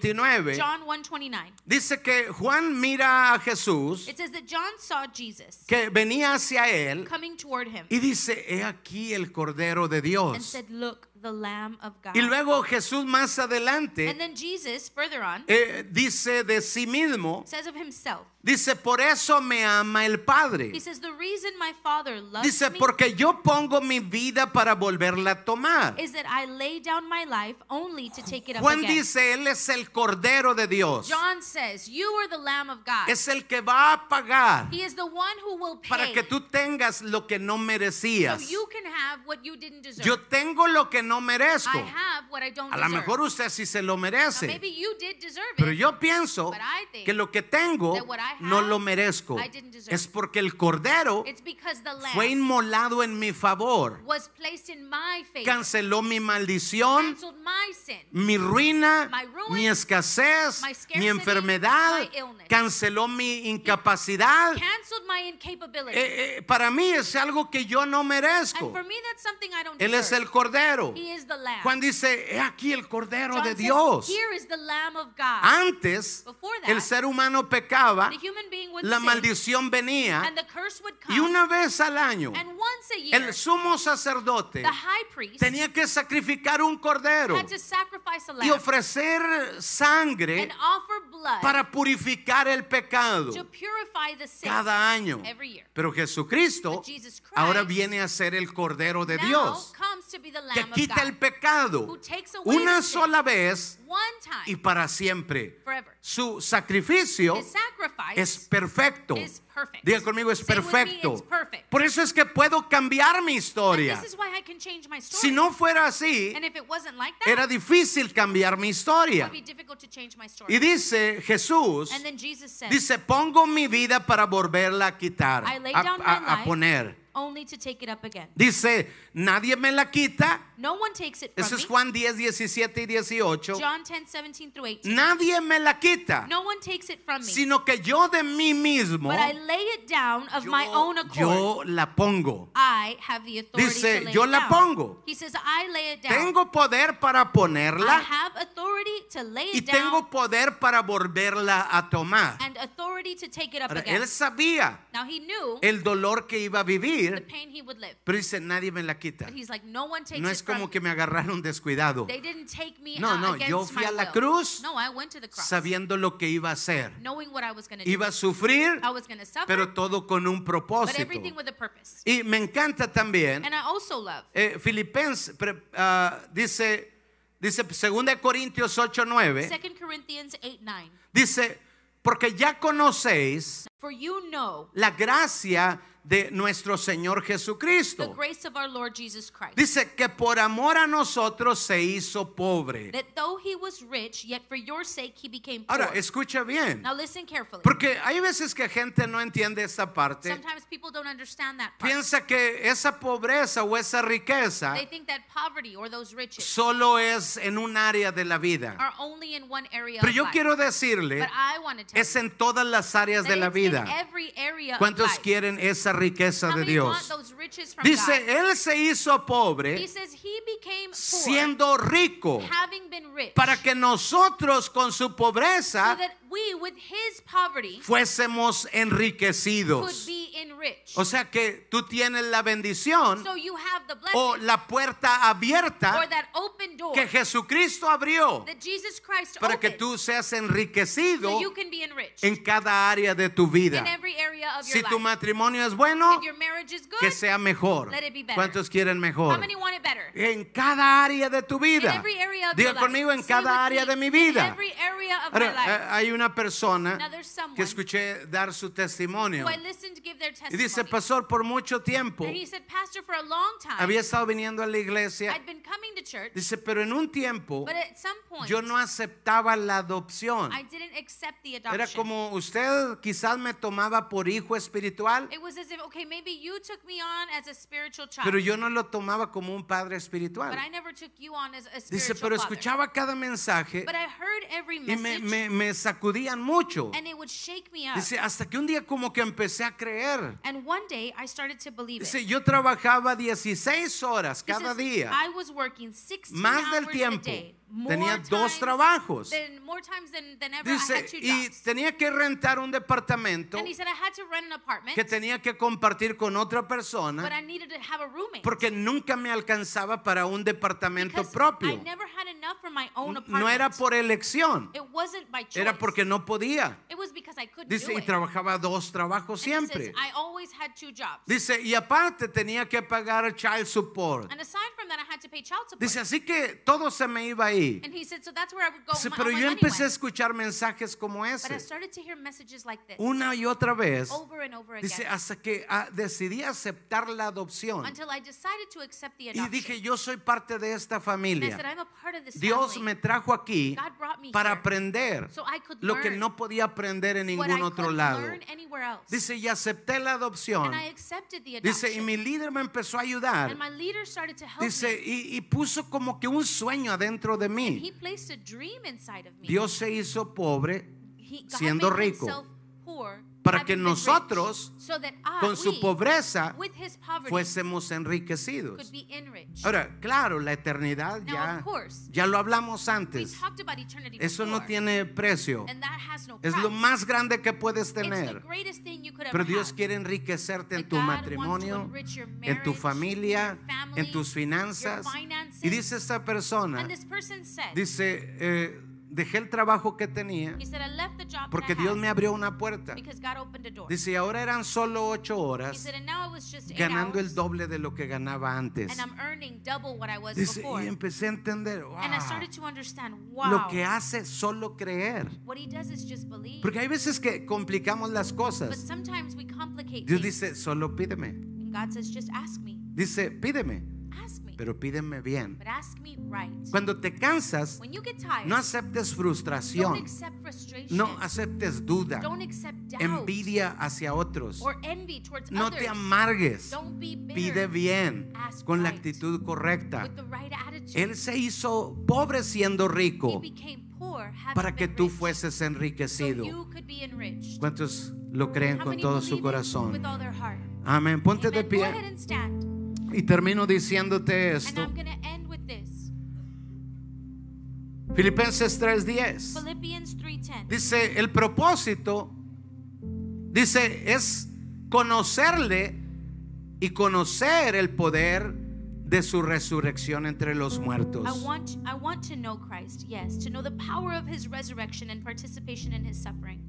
[SPEAKER 2] 1.29.
[SPEAKER 3] John 1:29.
[SPEAKER 2] Dice que Juan mira a Jesús,
[SPEAKER 3] It says that John saw Jesus
[SPEAKER 2] que venía hacia él,
[SPEAKER 3] coming toward him
[SPEAKER 2] y dice, he aquí el Cordero de
[SPEAKER 3] and
[SPEAKER 2] Dios.
[SPEAKER 3] said, "Look, the Lamb of God."
[SPEAKER 2] Y luego Jesús más adelante
[SPEAKER 3] and then Jesus, further on,
[SPEAKER 2] eh, dice de sí mismo,
[SPEAKER 3] says of himself,
[SPEAKER 2] dice, por eso me ama el Padre.
[SPEAKER 3] he says, "The reason my Father loves
[SPEAKER 2] Mm. Dice,
[SPEAKER 3] me
[SPEAKER 2] porque yo pongo mi vida para volverla a tomar.
[SPEAKER 3] is that I lay down my life only to take it up
[SPEAKER 2] Juan
[SPEAKER 3] again."
[SPEAKER 2] dice, Él es el Cordero de Dios.
[SPEAKER 3] John says, "You are the Lamb of God."
[SPEAKER 2] Es el que va a pagar
[SPEAKER 3] he is the one who will pay
[SPEAKER 2] para que tú tengas lo que no
[SPEAKER 3] so
[SPEAKER 2] merecías.
[SPEAKER 3] you can have what you didn't deserve.
[SPEAKER 2] Yo tengo lo que no merezco.
[SPEAKER 3] I have what I don't
[SPEAKER 2] A lo
[SPEAKER 3] deserve.
[SPEAKER 2] mejor usted sí se lo
[SPEAKER 3] Now,
[SPEAKER 2] merece.
[SPEAKER 3] maybe you did deserve
[SPEAKER 2] Pero
[SPEAKER 3] it.
[SPEAKER 2] yo pienso
[SPEAKER 3] But I think
[SPEAKER 2] que lo que tengo
[SPEAKER 3] that what I have,
[SPEAKER 2] no lo merezco.
[SPEAKER 3] I didn't deserve.
[SPEAKER 2] Es porque el Cordero
[SPEAKER 3] It's because the lamb
[SPEAKER 2] fue inmolado en mi favor.
[SPEAKER 3] was placed in my favor,
[SPEAKER 2] Canceló mi maldición.
[SPEAKER 3] canceled my sin.
[SPEAKER 2] mi ruina,
[SPEAKER 3] My ruin,
[SPEAKER 2] mi escasez,
[SPEAKER 3] my scarcity,
[SPEAKER 2] mi enfermedad,
[SPEAKER 3] my illness.
[SPEAKER 2] canceló mi incapacidad.
[SPEAKER 3] Canceled my incapability.
[SPEAKER 2] Eh, eh, para mí es algo que yo no
[SPEAKER 3] and
[SPEAKER 2] merezco.
[SPEAKER 3] for me, that's something I don't
[SPEAKER 2] Él es el
[SPEAKER 3] deserve.
[SPEAKER 2] Cordero.
[SPEAKER 3] He is the lamb.
[SPEAKER 2] Juan dice, he aquí el Cordero
[SPEAKER 3] John
[SPEAKER 2] de
[SPEAKER 3] says,
[SPEAKER 2] Dios. Ah,
[SPEAKER 3] Here is the lamb of God.
[SPEAKER 2] Antes,
[SPEAKER 3] Before that,
[SPEAKER 2] el ser humano pecaba,
[SPEAKER 3] the human being would
[SPEAKER 2] la
[SPEAKER 3] sin,
[SPEAKER 2] maldición venía,
[SPEAKER 3] and the curse would come.
[SPEAKER 2] y una vez al año,
[SPEAKER 3] and once a year,
[SPEAKER 2] el sumo sacerdote
[SPEAKER 3] the high priest
[SPEAKER 2] tenía que sacrificar un Cordero
[SPEAKER 3] had to sacrifice a
[SPEAKER 2] y
[SPEAKER 3] lamb
[SPEAKER 2] ofrecer sangre
[SPEAKER 3] and offer blood
[SPEAKER 2] para purificar el pecado
[SPEAKER 3] to purify the sin
[SPEAKER 2] cada año.
[SPEAKER 3] every year.
[SPEAKER 2] Pero Jesucristo
[SPEAKER 3] But Jesus Christ
[SPEAKER 2] ahora viene a ser el Cordero de
[SPEAKER 3] now
[SPEAKER 2] Dios
[SPEAKER 3] comes to be the lamb
[SPEAKER 2] que
[SPEAKER 3] of
[SPEAKER 2] quita
[SPEAKER 3] God.
[SPEAKER 2] el pecado
[SPEAKER 3] who takes away
[SPEAKER 2] una
[SPEAKER 3] the sin
[SPEAKER 2] sola vez
[SPEAKER 3] One time,
[SPEAKER 2] y para siempre.
[SPEAKER 3] forever.
[SPEAKER 2] Su sacrificio
[SPEAKER 3] His sacrifice
[SPEAKER 2] es perfecto.
[SPEAKER 3] is perfect.
[SPEAKER 2] Diga conmigo, es
[SPEAKER 3] Say with me,
[SPEAKER 2] perfecto.
[SPEAKER 3] it's perfect.
[SPEAKER 2] Por eso es que puedo cambiar mi
[SPEAKER 3] And
[SPEAKER 2] historia.
[SPEAKER 3] this is why I can change my story.
[SPEAKER 2] Si no fuera así,
[SPEAKER 3] and if it wasn't like that,
[SPEAKER 2] era difícil cambiar mi
[SPEAKER 3] it
[SPEAKER 2] historia.
[SPEAKER 3] would be difficult to change my story.
[SPEAKER 2] Y dice Jesús,
[SPEAKER 3] and then Jesus said,
[SPEAKER 2] Dice, pongo mi vida para volverla a quitar,
[SPEAKER 3] I laid
[SPEAKER 2] a,
[SPEAKER 3] down my
[SPEAKER 2] a- a
[SPEAKER 3] life.
[SPEAKER 2] poner.
[SPEAKER 3] only to take it up again.
[SPEAKER 2] Dice, nadie me la quita.
[SPEAKER 3] No one takes it from
[SPEAKER 2] Eso es
[SPEAKER 3] me.
[SPEAKER 2] Juan 10, 17 y 18.
[SPEAKER 3] John 10, 17 through 18.
[SPEAKER 2] Nadie me la quita,
[SPEAKER 3] No one takes it from me.
[SPEAKER 2] sino que yo de mí mismo,
[SPEAKER 3] but I lay it down of my
[SPEAKER 2] yo,
[SPEAKER 3] own accord.
[SPEAKER 2] yo la pongo.
[SPEAKER 3] I have the authority
[SPEAKER 2] Dice,
[SPEAKER 3] to lay
[SPEAKER 2] "Yo
[SPEAKER 3] it
[SPEAKER 2] la
[SPEAKER 3] down."
[SPEAKER 2] pongo.
[SPEAKER 3] He says, I lay it down.
[SPEAKER 2] Tengo poder para
[SPEAKER 3] I
[SPEAKER 2] ponerla
[SPEAKER 3] have authority to lay it
[SPEAKER 2] y
[SPEAKER 3] down
[SPEAKER 2] tengo poder para volverla a tomar.
[SPEAKER 3] and authority to take it up
[SPEAKER 2] Ahora,
[SPEAKER 3] again.
[SPEAKER 2] él sabía
[SPEAKER 3] Now he knew
[SPEAKER 2] el dolor que iba a
[SPEAKER 3] the
[SPEAKER 2] vivir,
[SPEAKER 3] pain he would live.
[SPEAKER 2] pero dice, nadie me la quita.
[SPEAKER 3] But he's like, no one takes
[SPEAKER 2] No
[SPEAKER 3] it
[SPEAKER 2] es
[SPEAKER 3] from
[SPEAKER 2] como
[SPEAKER 3] me.
[SPEAKER 2] que me agarraron descuidado.
[SPEAKER 3] They didn't take me
[SPEAKER 2] No,
[SPEAKER 3] out
[SPEAKER 2] no,
[SPEAKER 3] against
[SPEAKER 2] yo fui
[SPEAKER 3] my
[SPEAKER 2] a la
[SPEAKER 3] will.
[SPEAKER 2] cruz
[SPEAKER 3] No, I went to the cross
[SPEAKER 2] sabiendo lo que iba a hacer.
[SPEAKER 3] knowing what I was going to do.
[SPEAKER 2] Iba a sufrir,
[SPEAKER 3] I was going to suffer,
[SPEAKER 2] pero todo con un
[SPEAKER 3] but
[SPEAKER 2] propósito.
[SPEAKER 3] everything with a purpose.
[SPEAKER 2] Y me encanta también,
[SPEAKER 3] And I also love
[SPEAKER 2] eh, Filipenses pre- ah, dice, Dice 2 de Corintios 8, 9.
[SPEAKER 3] 2 Corinthians 8 9.
[SPEAKER 2] Dice, porque ya conocéis
[SPEAKER 3] For you know
[SPEAKER 2] la gracia de nuestro Señor
[SPEAKER 3] the
[SPEAKER 2] Jesucristo.
[SPEAKER 3] grace of our Lord Jesus Christ,
[SPEAKER 2] Dice que por amor a nosotros se hizo pobre.
[SPEAKER 3] that though he was rich, yet for your sake he became poor.
[SPEAKER 2] Ahora, escucha bien.
[SPEAKER 3] now listen carefully.
[SPEAKER 2] Porque hay veces que gente no entiende esta parte.
[SPEAKER 3] Sometimes people don't understand that part.
[SPEAKER 2] Piensa que esa pobreza o esa riqueza
[SPEAKER 3] They think that poverty or those riches
[SPEAKER 2] solo es en un área de la vida.
[SPEAKER 3] are only in one area
[SPEAKER 2] Pero
[SPEAKER 3] of
[SPEAKER 2] yo
[SPEAKER 3] life.
[SPEAKER 2] quiero decirle,
[SPEAKER 3] but I want to tell
[SPEAKER 2] es
[SPEAKER 3] you
[SPEAKER 2] en todas las áreas
[SPEAKER 3] that
[SPEAKER 2] de la
[SPEAKER 3] it's in
[SPEAKER 2] vida.
[SPEAKER 3] every area of
[SPEAKER 2] ¿Cuántos
[SPEAKER 3] life.
[SPEAKER 2] quieren esa riqueza
[SPEAKER 3] How
[SPEAKER 2] de
[SPEAKER 3] many want
[SPEAKER 2] Dios?
[SPEAKER 3] those riches from God?
[SPEAKER 2] Dice, Él se hizo
[SPEAKER 3] He
[SPEAKER 2] pobre
[SPEAKER 3] says he became poor,
[SPEAKER 2] siendo rico
[SPEAKER 3] having been rich,
[SPEAKER 2] para que nosotros con su
[SPEAKER 3] so
[SPEAKER 2] pobreza
[SPEAKER 3] that we, with his poverty,
[SPEAKER 2] fuésemos
[SPEAKER 3] could
[SPEAKER 2] enriquecidos.
[SPEAKER 3] be enriched.
[SPEAKER 2] O sea que tú tienes la bendición
[SPEAKER 3] so you have the
[SPEAKER 2] o
[SPEAKER 3] blessing
[SPEAKER 2] la puerta
[SPEAKER 3] or
[SPEAKER 2] abierta
[SPEAKER 3] that open door
[SPEAKER 2] que Jesucristo abrió
[SPEAKER 3] that Jesus Christ
[SPEAKER 2] para que
[SPEAKER 3] opened
[SPEAKER 2] tú seas
[SPEAKER 3] so
[SPEAKER 2] enriquecido
[SPEAKER 3] you can be enriched
[SPEAKER 2] en cada área de tu vida.
[SPEAKER 3] in every area of
[SPEAKER 2] Si
[SPEAKER 3] your
[SPEAKER 2] tu
[SPEAKER 3] life.
[SPEAKER 2] matrimonio es bueno,
[SPEAKER 3] if your marriage is good,
[SPEAKER 2] que sea mejor.
[SPEAKER 3] Let it be better.
[SPEAKER 2] ¿Cuántos quieren
[SPEAKER 3] how
[SPEAKER 2] mejor?
[SPEAKER 3] many want it better?
[SPEAKER 2] En cada área de tu
[SPEAKER 3] In
[SPEAKER 2] vida.
[SPEAKER 3] every area of
[SPEAKER 2] Diga
[SPEAKER 3] your life.
[SPEAKER 2] conmigo, en
[SPEAKER 3] Say
[SPEAKER 2] cada
[SPEAKER 3] with
[SPEAKER 2] área
[SPEAKER 3] me,
[SPEAKER 2] de mi
[SPEAKER 3] In
[SPEAKER 2] vida.
[SPEAKER 3] every area of
[SPEAKER 2] Ahora,
[SPEAKER 3] my life.
[SPEAKER 2] eh, hay una persona
[SPEAKER 3] Now, there's someone
[SPEAKER 2] que escuché dar su testimonio
[SPEAKER 3] who I listened to give their
[SPEAKER 2] eh, y
[SPEAKER 3] testimony.
[SPEAKER 2] dice, pastor, por mucho tiempo
[SPEAKER 3] and he said, Pastor, for a long time,
[SPEAKER 2] había estado viniendo a la iglesia.
[SPEAKER 3] I'd been coming to church,
[SPEAKER 2] Dice, pero en un tiempo
[SPEAKER 3] but at some point,
[SPEAKER 2] yo no aceptaba la adopción.
[SPEAKER 3] I didn't accept the adoption.
[SPEAKER 2] Era como usted quizás me tomaba por hijo espiritual,
[SPEAKER 3] it was as if, okay, maybe you took me on as a spiritual child,
[SPEAKER 2] pero yo no lo tomaba como un padre
[SPEAKER 3] but
[SPEAKER 2] espiritual.
[SPEAKER 3] I never took you on as a
[SPEAKER 2] Dice,
[SPEAKER 3] spiritual
[SPEAKER 2] pero
[SPEAKER 3] father.
[SPEAKER 2] escuchaba cada mensaje
[SPEAKER 3] But I heard every
[SPEAKER 2] y me,
[SPEAKER 3] message,
[SPEAKER 2] me- me sacudían mucho.
[SPEAKER 3] and it would shake me up.
[SPEAKER 2] Dice, hasta que un día como que empecé a creer.
[SPEAKER 3] and one day, I started to believe it.
[SPEAKER 2] Dice, yo trabajaba 16 horas
[SPEAKER 3] He
[SPEAKER 2] cada
[SPEAKER 3] says,
[SPEAKER 2] día.
[SPEAKER 3] I was working 16
[SPEAKER 2] Más del
[SPEAKER 3] hours a
[SPEAKER 2] tiempo.
[SPEAKER 3] day.
[SPEAKER 2] Tenía dos trabajos.
[SPEAKER 3] Than, more times than, than ever I
[SPEAKER 2] Dice,
[SPEAKER 3] had two
[SPEAKER 2] y
[SPEAKER 3] jobs.
[SPEAKER 2] tenía que rentar un departamento
[SPEAKER 3] And he said I had to rent an apartment,
[SPEAKER 2] que tenía que compartir con otra
[SPEAKER 3] but
[SPEAKER 2] persona
[SPEAKER 3] I needed to have a roommate.
[SPEAKER 2] porque nunca me alcanzaba para un departamento
[SPEAKER 3] because I
[SPEAKER 2] propio.
[SPEAKER 3] never had enough for my own apartment.
[SPEAKER 2] No era por elección,
[SPEAKER 3] it wasn't by choice.
[SPEAKER 2] era porque no podía.
[SPEAKER 3] it was because I couldn't
[SPEAKER 2] Dice,
[SPEAKER 3] do
[SPEAKER 2] y
[SPEAKER 3] it.
[SPEAKER 2] trabajaba dos trabajos
[SPEAKER 3] And he says,
[SPEAKER 2] siempre.
[SPEAKER 3] I always had two jobs.
[SPEAKER 2] Dice, y aparte tenía que pagar child support.
[SPEAKER 3] and aside from that, I had to pay child support.
[SPEAKER 2] Dice, así que todo se me iba ahí.
[SPEAKER 3] and he said, so that's where I would go.
[SPEAKER 2] Dice,
[SPEAKER 3] my,
[SPEAKER 2] pero
[SPEAKER 3] all my
[SPEAKER 2] yo
[SPEAKER 3] money
[SPEAKER 2] empecé a
[SPEAKER 3] went."
[SPEAKER 2] escuchar mensajes como
[SPEAKER 3] But I
[SPEAKER 2] ese
[SPEAKER 3] started to hear messages like this
[SPEAKER 2] una y otra vez.
[SPEAKER 3] over and over again
[SPEAKER 2] Dice, hasta que ah, decidí aceptar la adopción.
[SPEAKER 3] until I decided to accept the
[SPEAKER 2] Y
[SPEAKER 3] adoption.
[SPEAKER 2] dije, yo soy parte de esta
[SPEAKER 3] And I said,
[SPEAKER 2] familia.
[SPEAKER 3] I'm a part of this
[SPEAKER 2] Dios me
[SPEAKER 3] family.
[SPEAKER 2] trajo aquí
[SPEAKER 3] God brought me
[SPEAKER 2] para
[SPEAKER 3] here
[SPEAKER 2] aprender
[SPEAKER 3] so I could
[SPEAKER 2] lo que
[SPEAKER 3] learn
[SPEAKER 2] no podía aprender en
[SPEAKER 3] what I
[SPEAKER 2] ningún otro
[SPEAKER 3] couldn't
[SPEAKER 2] lado.
[SPEAKER 3] learn anywhere else.
[SPEAKER 2] Dice, y acepté la adopción.
[SPEAKER 3] and I accepted the adoption.
[SPEAKER 2] Dice, y mi líder me empezó a ayudar.
[SPEAKER 3] and my leader started to help
[SPEAKER 2] Dice,
[SPEAKER 3] me.
[SPEAKER 2] y, y puso como que un sueño adentro de
[SPEAKER 3] And he
[SPEAKER 2] mí.
[SPEAKER 3] placed a dream inside of me.
[SPEAKER 2] Dios se hizo pobre
[SPEAKER 3] He- God
[SPEAKER 2] siendo
[SPEAKER 3] made
[SPEAKER 2] rico
[SPEAKER 3] himself poor,
[SPEAKER 2] para
[SPEAKER 3] having
[SPEAKER 2] que
[SPEAKER 3] been
[SPEAKER 2] nosotros,
[SPEAKER 3] rich, so that I,
[SPEAKER 2] con su
[SPEAKER 3] Ah, we,
[SPEAKER 2] pobreza
[SPEAKER 3] with his poverty,
[SPEAKER 2] fuésemos
[SPEAKER 3] could
[SPEAKER 2] enriquecidos.
[SPEAKER 3] be enriched.
[SPEAKER 2] Ahora, claro, la eternidad
[SPEAKER 3] Now,
[SPEAKER 2] ya,
[SPEAKER 3] of course,
[SPEAKER 2] ya lo hablamos
[SPEAKER 3] we
[SPEAKER 2] antes.
[SPEAKER 3] talked about eternity
[SPEAKER 2] Eso no
[SPEAKER 3] before,
[SPEAKER 2] tiene precio.
[SPEAKER 3] and that has no
[SPEAKER 2] Es lo
[SPEAKER 3] price.
[SPEAKER 2] más grande que puedes
[SPEAKER 3] It's the
[SPEAKER 2] tener.
[SPEAKER 3] greatest thing you could ever
[SPEAKER 2] Pero Dios
[SPEAKER 3] have.
[SPEAKER 2] quiere enriquecerte en
[SPEAKER 3] But
[SPEAKER 2] tu
[SPEAKER 3] God wants to
[SPEAKER 2] matrimonio,
[SPEAKER 3] enrich your
[SPEAKER 2] en tu
[SPEAKER 3] marriage,
[SPEAKER 2] familia,
[SPEAKER 3] your family,
[SPEAKER 2] en tus
[SPEAKER 3] your
[SPEAKER 2] finanzas. Y
[SPEAKER 3] finances.
[SPEAKER 2] dice esta persona,
[SPEAKER 3] And this person said,
[SPEAKER 2] dice, eh, dejé el trabajo que tenía
[SPEAKER 3] he said, I left the job
[SPEAKER 2] porque
[SPEAKER 3] that I
[SPEAKER 2] Dios
[SPEAKER 3] had
[SPEAKER 2] me abrió una puerta.
[SPEAKER 3] because God opened a door.
[SPEAKER 2] Dice, y ahora eran solo ocho
[SPEAKER 3] he
[SPEAKER 2] horas
[SPEAKER 3] said, and now it was just eight
[SPEAKER 2] ganando el
[SPEAKER 3] hours,
[SPEAKER 2] doble de lo que ganaba antes.
[SPEAKER 3] and I'm earning double what I was
[SPEAKER 2] Dice,
[SPEAKER 3] before.
[SPEAKER 2] y empecé a entender,
[SPEAKER 3] and I
[SPEAKER 2] "Wow,
[SPEAKER 3] started to understand, wow,
[SPEAKER 2] lo que hace es solo creer.
[SPEAKER 3] what he does is just believe.
[SPEAKER 2] Porque hay veces que complicamos las
[SPEAKER 3] but
[SPEAKER 2] cosas.
[SPEAKER 3] sometimes we complicate
[SPEAKER 2] Dios
[SPEAKER 3] things.
[SPEAKER 2] dice, solo pídeme.
[SPEAKER 3] and God says, just ask me,
[SPEAKER 2] Dice, pídeme,
[SPEAKER 3] ask me,
[SPEAKER 2] pero pídeme bien.
[SPEAKER 3] but ask me right.
[SPEAKER 2] Cuando te cansas,
[SPEAKER 3] When you get tired,
[SPEAKER 2] no aceptes
[SPEAKER 3] don't
[SPEAKER 2] frustración,
[SPEAKER 3] accept frustration.
[SPEAKER 2] no aceptes duda,
[SPEAKER 3] don't accept doubt
[SPEAKER 2] envidia hacia otros.
[SPEAKER 3] or envy towards
[SPEAKER 2] No
[SPEAKER 3] others.
[SPEAKER 2] te amargues,
[SPEAKER 3] don't be bitter
[SPEAKER 2] pide bien,
[SPEAKER 3] Ask
[SPEAKER 2] con la
[SPEAKER 3] right.
[SPEAKER 2] actitud correcta.
[SPEAKER 3] with the right attitude.
[SPEAKER 2] Él se hizo pobre siendo
[SPEAKER 3] he
[SPEAKER 2] rico
[SPEAKER 3] became poor, having
[SPEAKER 2] para que
[SPEAKER 3] been
[SPEAKER 2] tú
[SPEAKER 3] rich,
[SPEAKER 2] fueses
[SPEAKER 3] so
[SPEAKER 2] enriquecido.
[SPEAKER 3] you could be enriched.
[SPEAKER 2] ¿Cuántos lo creen
[SPEAKER 3] How
[SPEAKER 2] con
[SPEAKER 3] many
[SPEAKER 2] todo su
[SPEAKER 3] believe it With
[SPEAKER 2] corazón?
[SPEAKER 3] all their heart.
[SPEAKER 2] Amén. Ponte de
[SPEAKER 3] Amen. Go ahead
[SPEAKER 2] pie
[SPEAKER 3] and stand.
[SPEAKER 2] y termino diciéndote
[SPEAKER 3] And
[SPEAKER 2] esto.
[SPEAKER 3] I'm going to end with this.
[SPEAKER 2] Filipenses 3:10.
[SPEAKER 3] Philippians 3:10.
[SPEAKER 2] Dice, el propósito, dice, es conocerle y conocer el poder de su resurrección entre los
[SPEAKER 3] I
[SPEAKER 2] muertos.
[SPEAKER 3] want I want to know Christ. Yes, to know the power of his resurrection and participation in his suffering.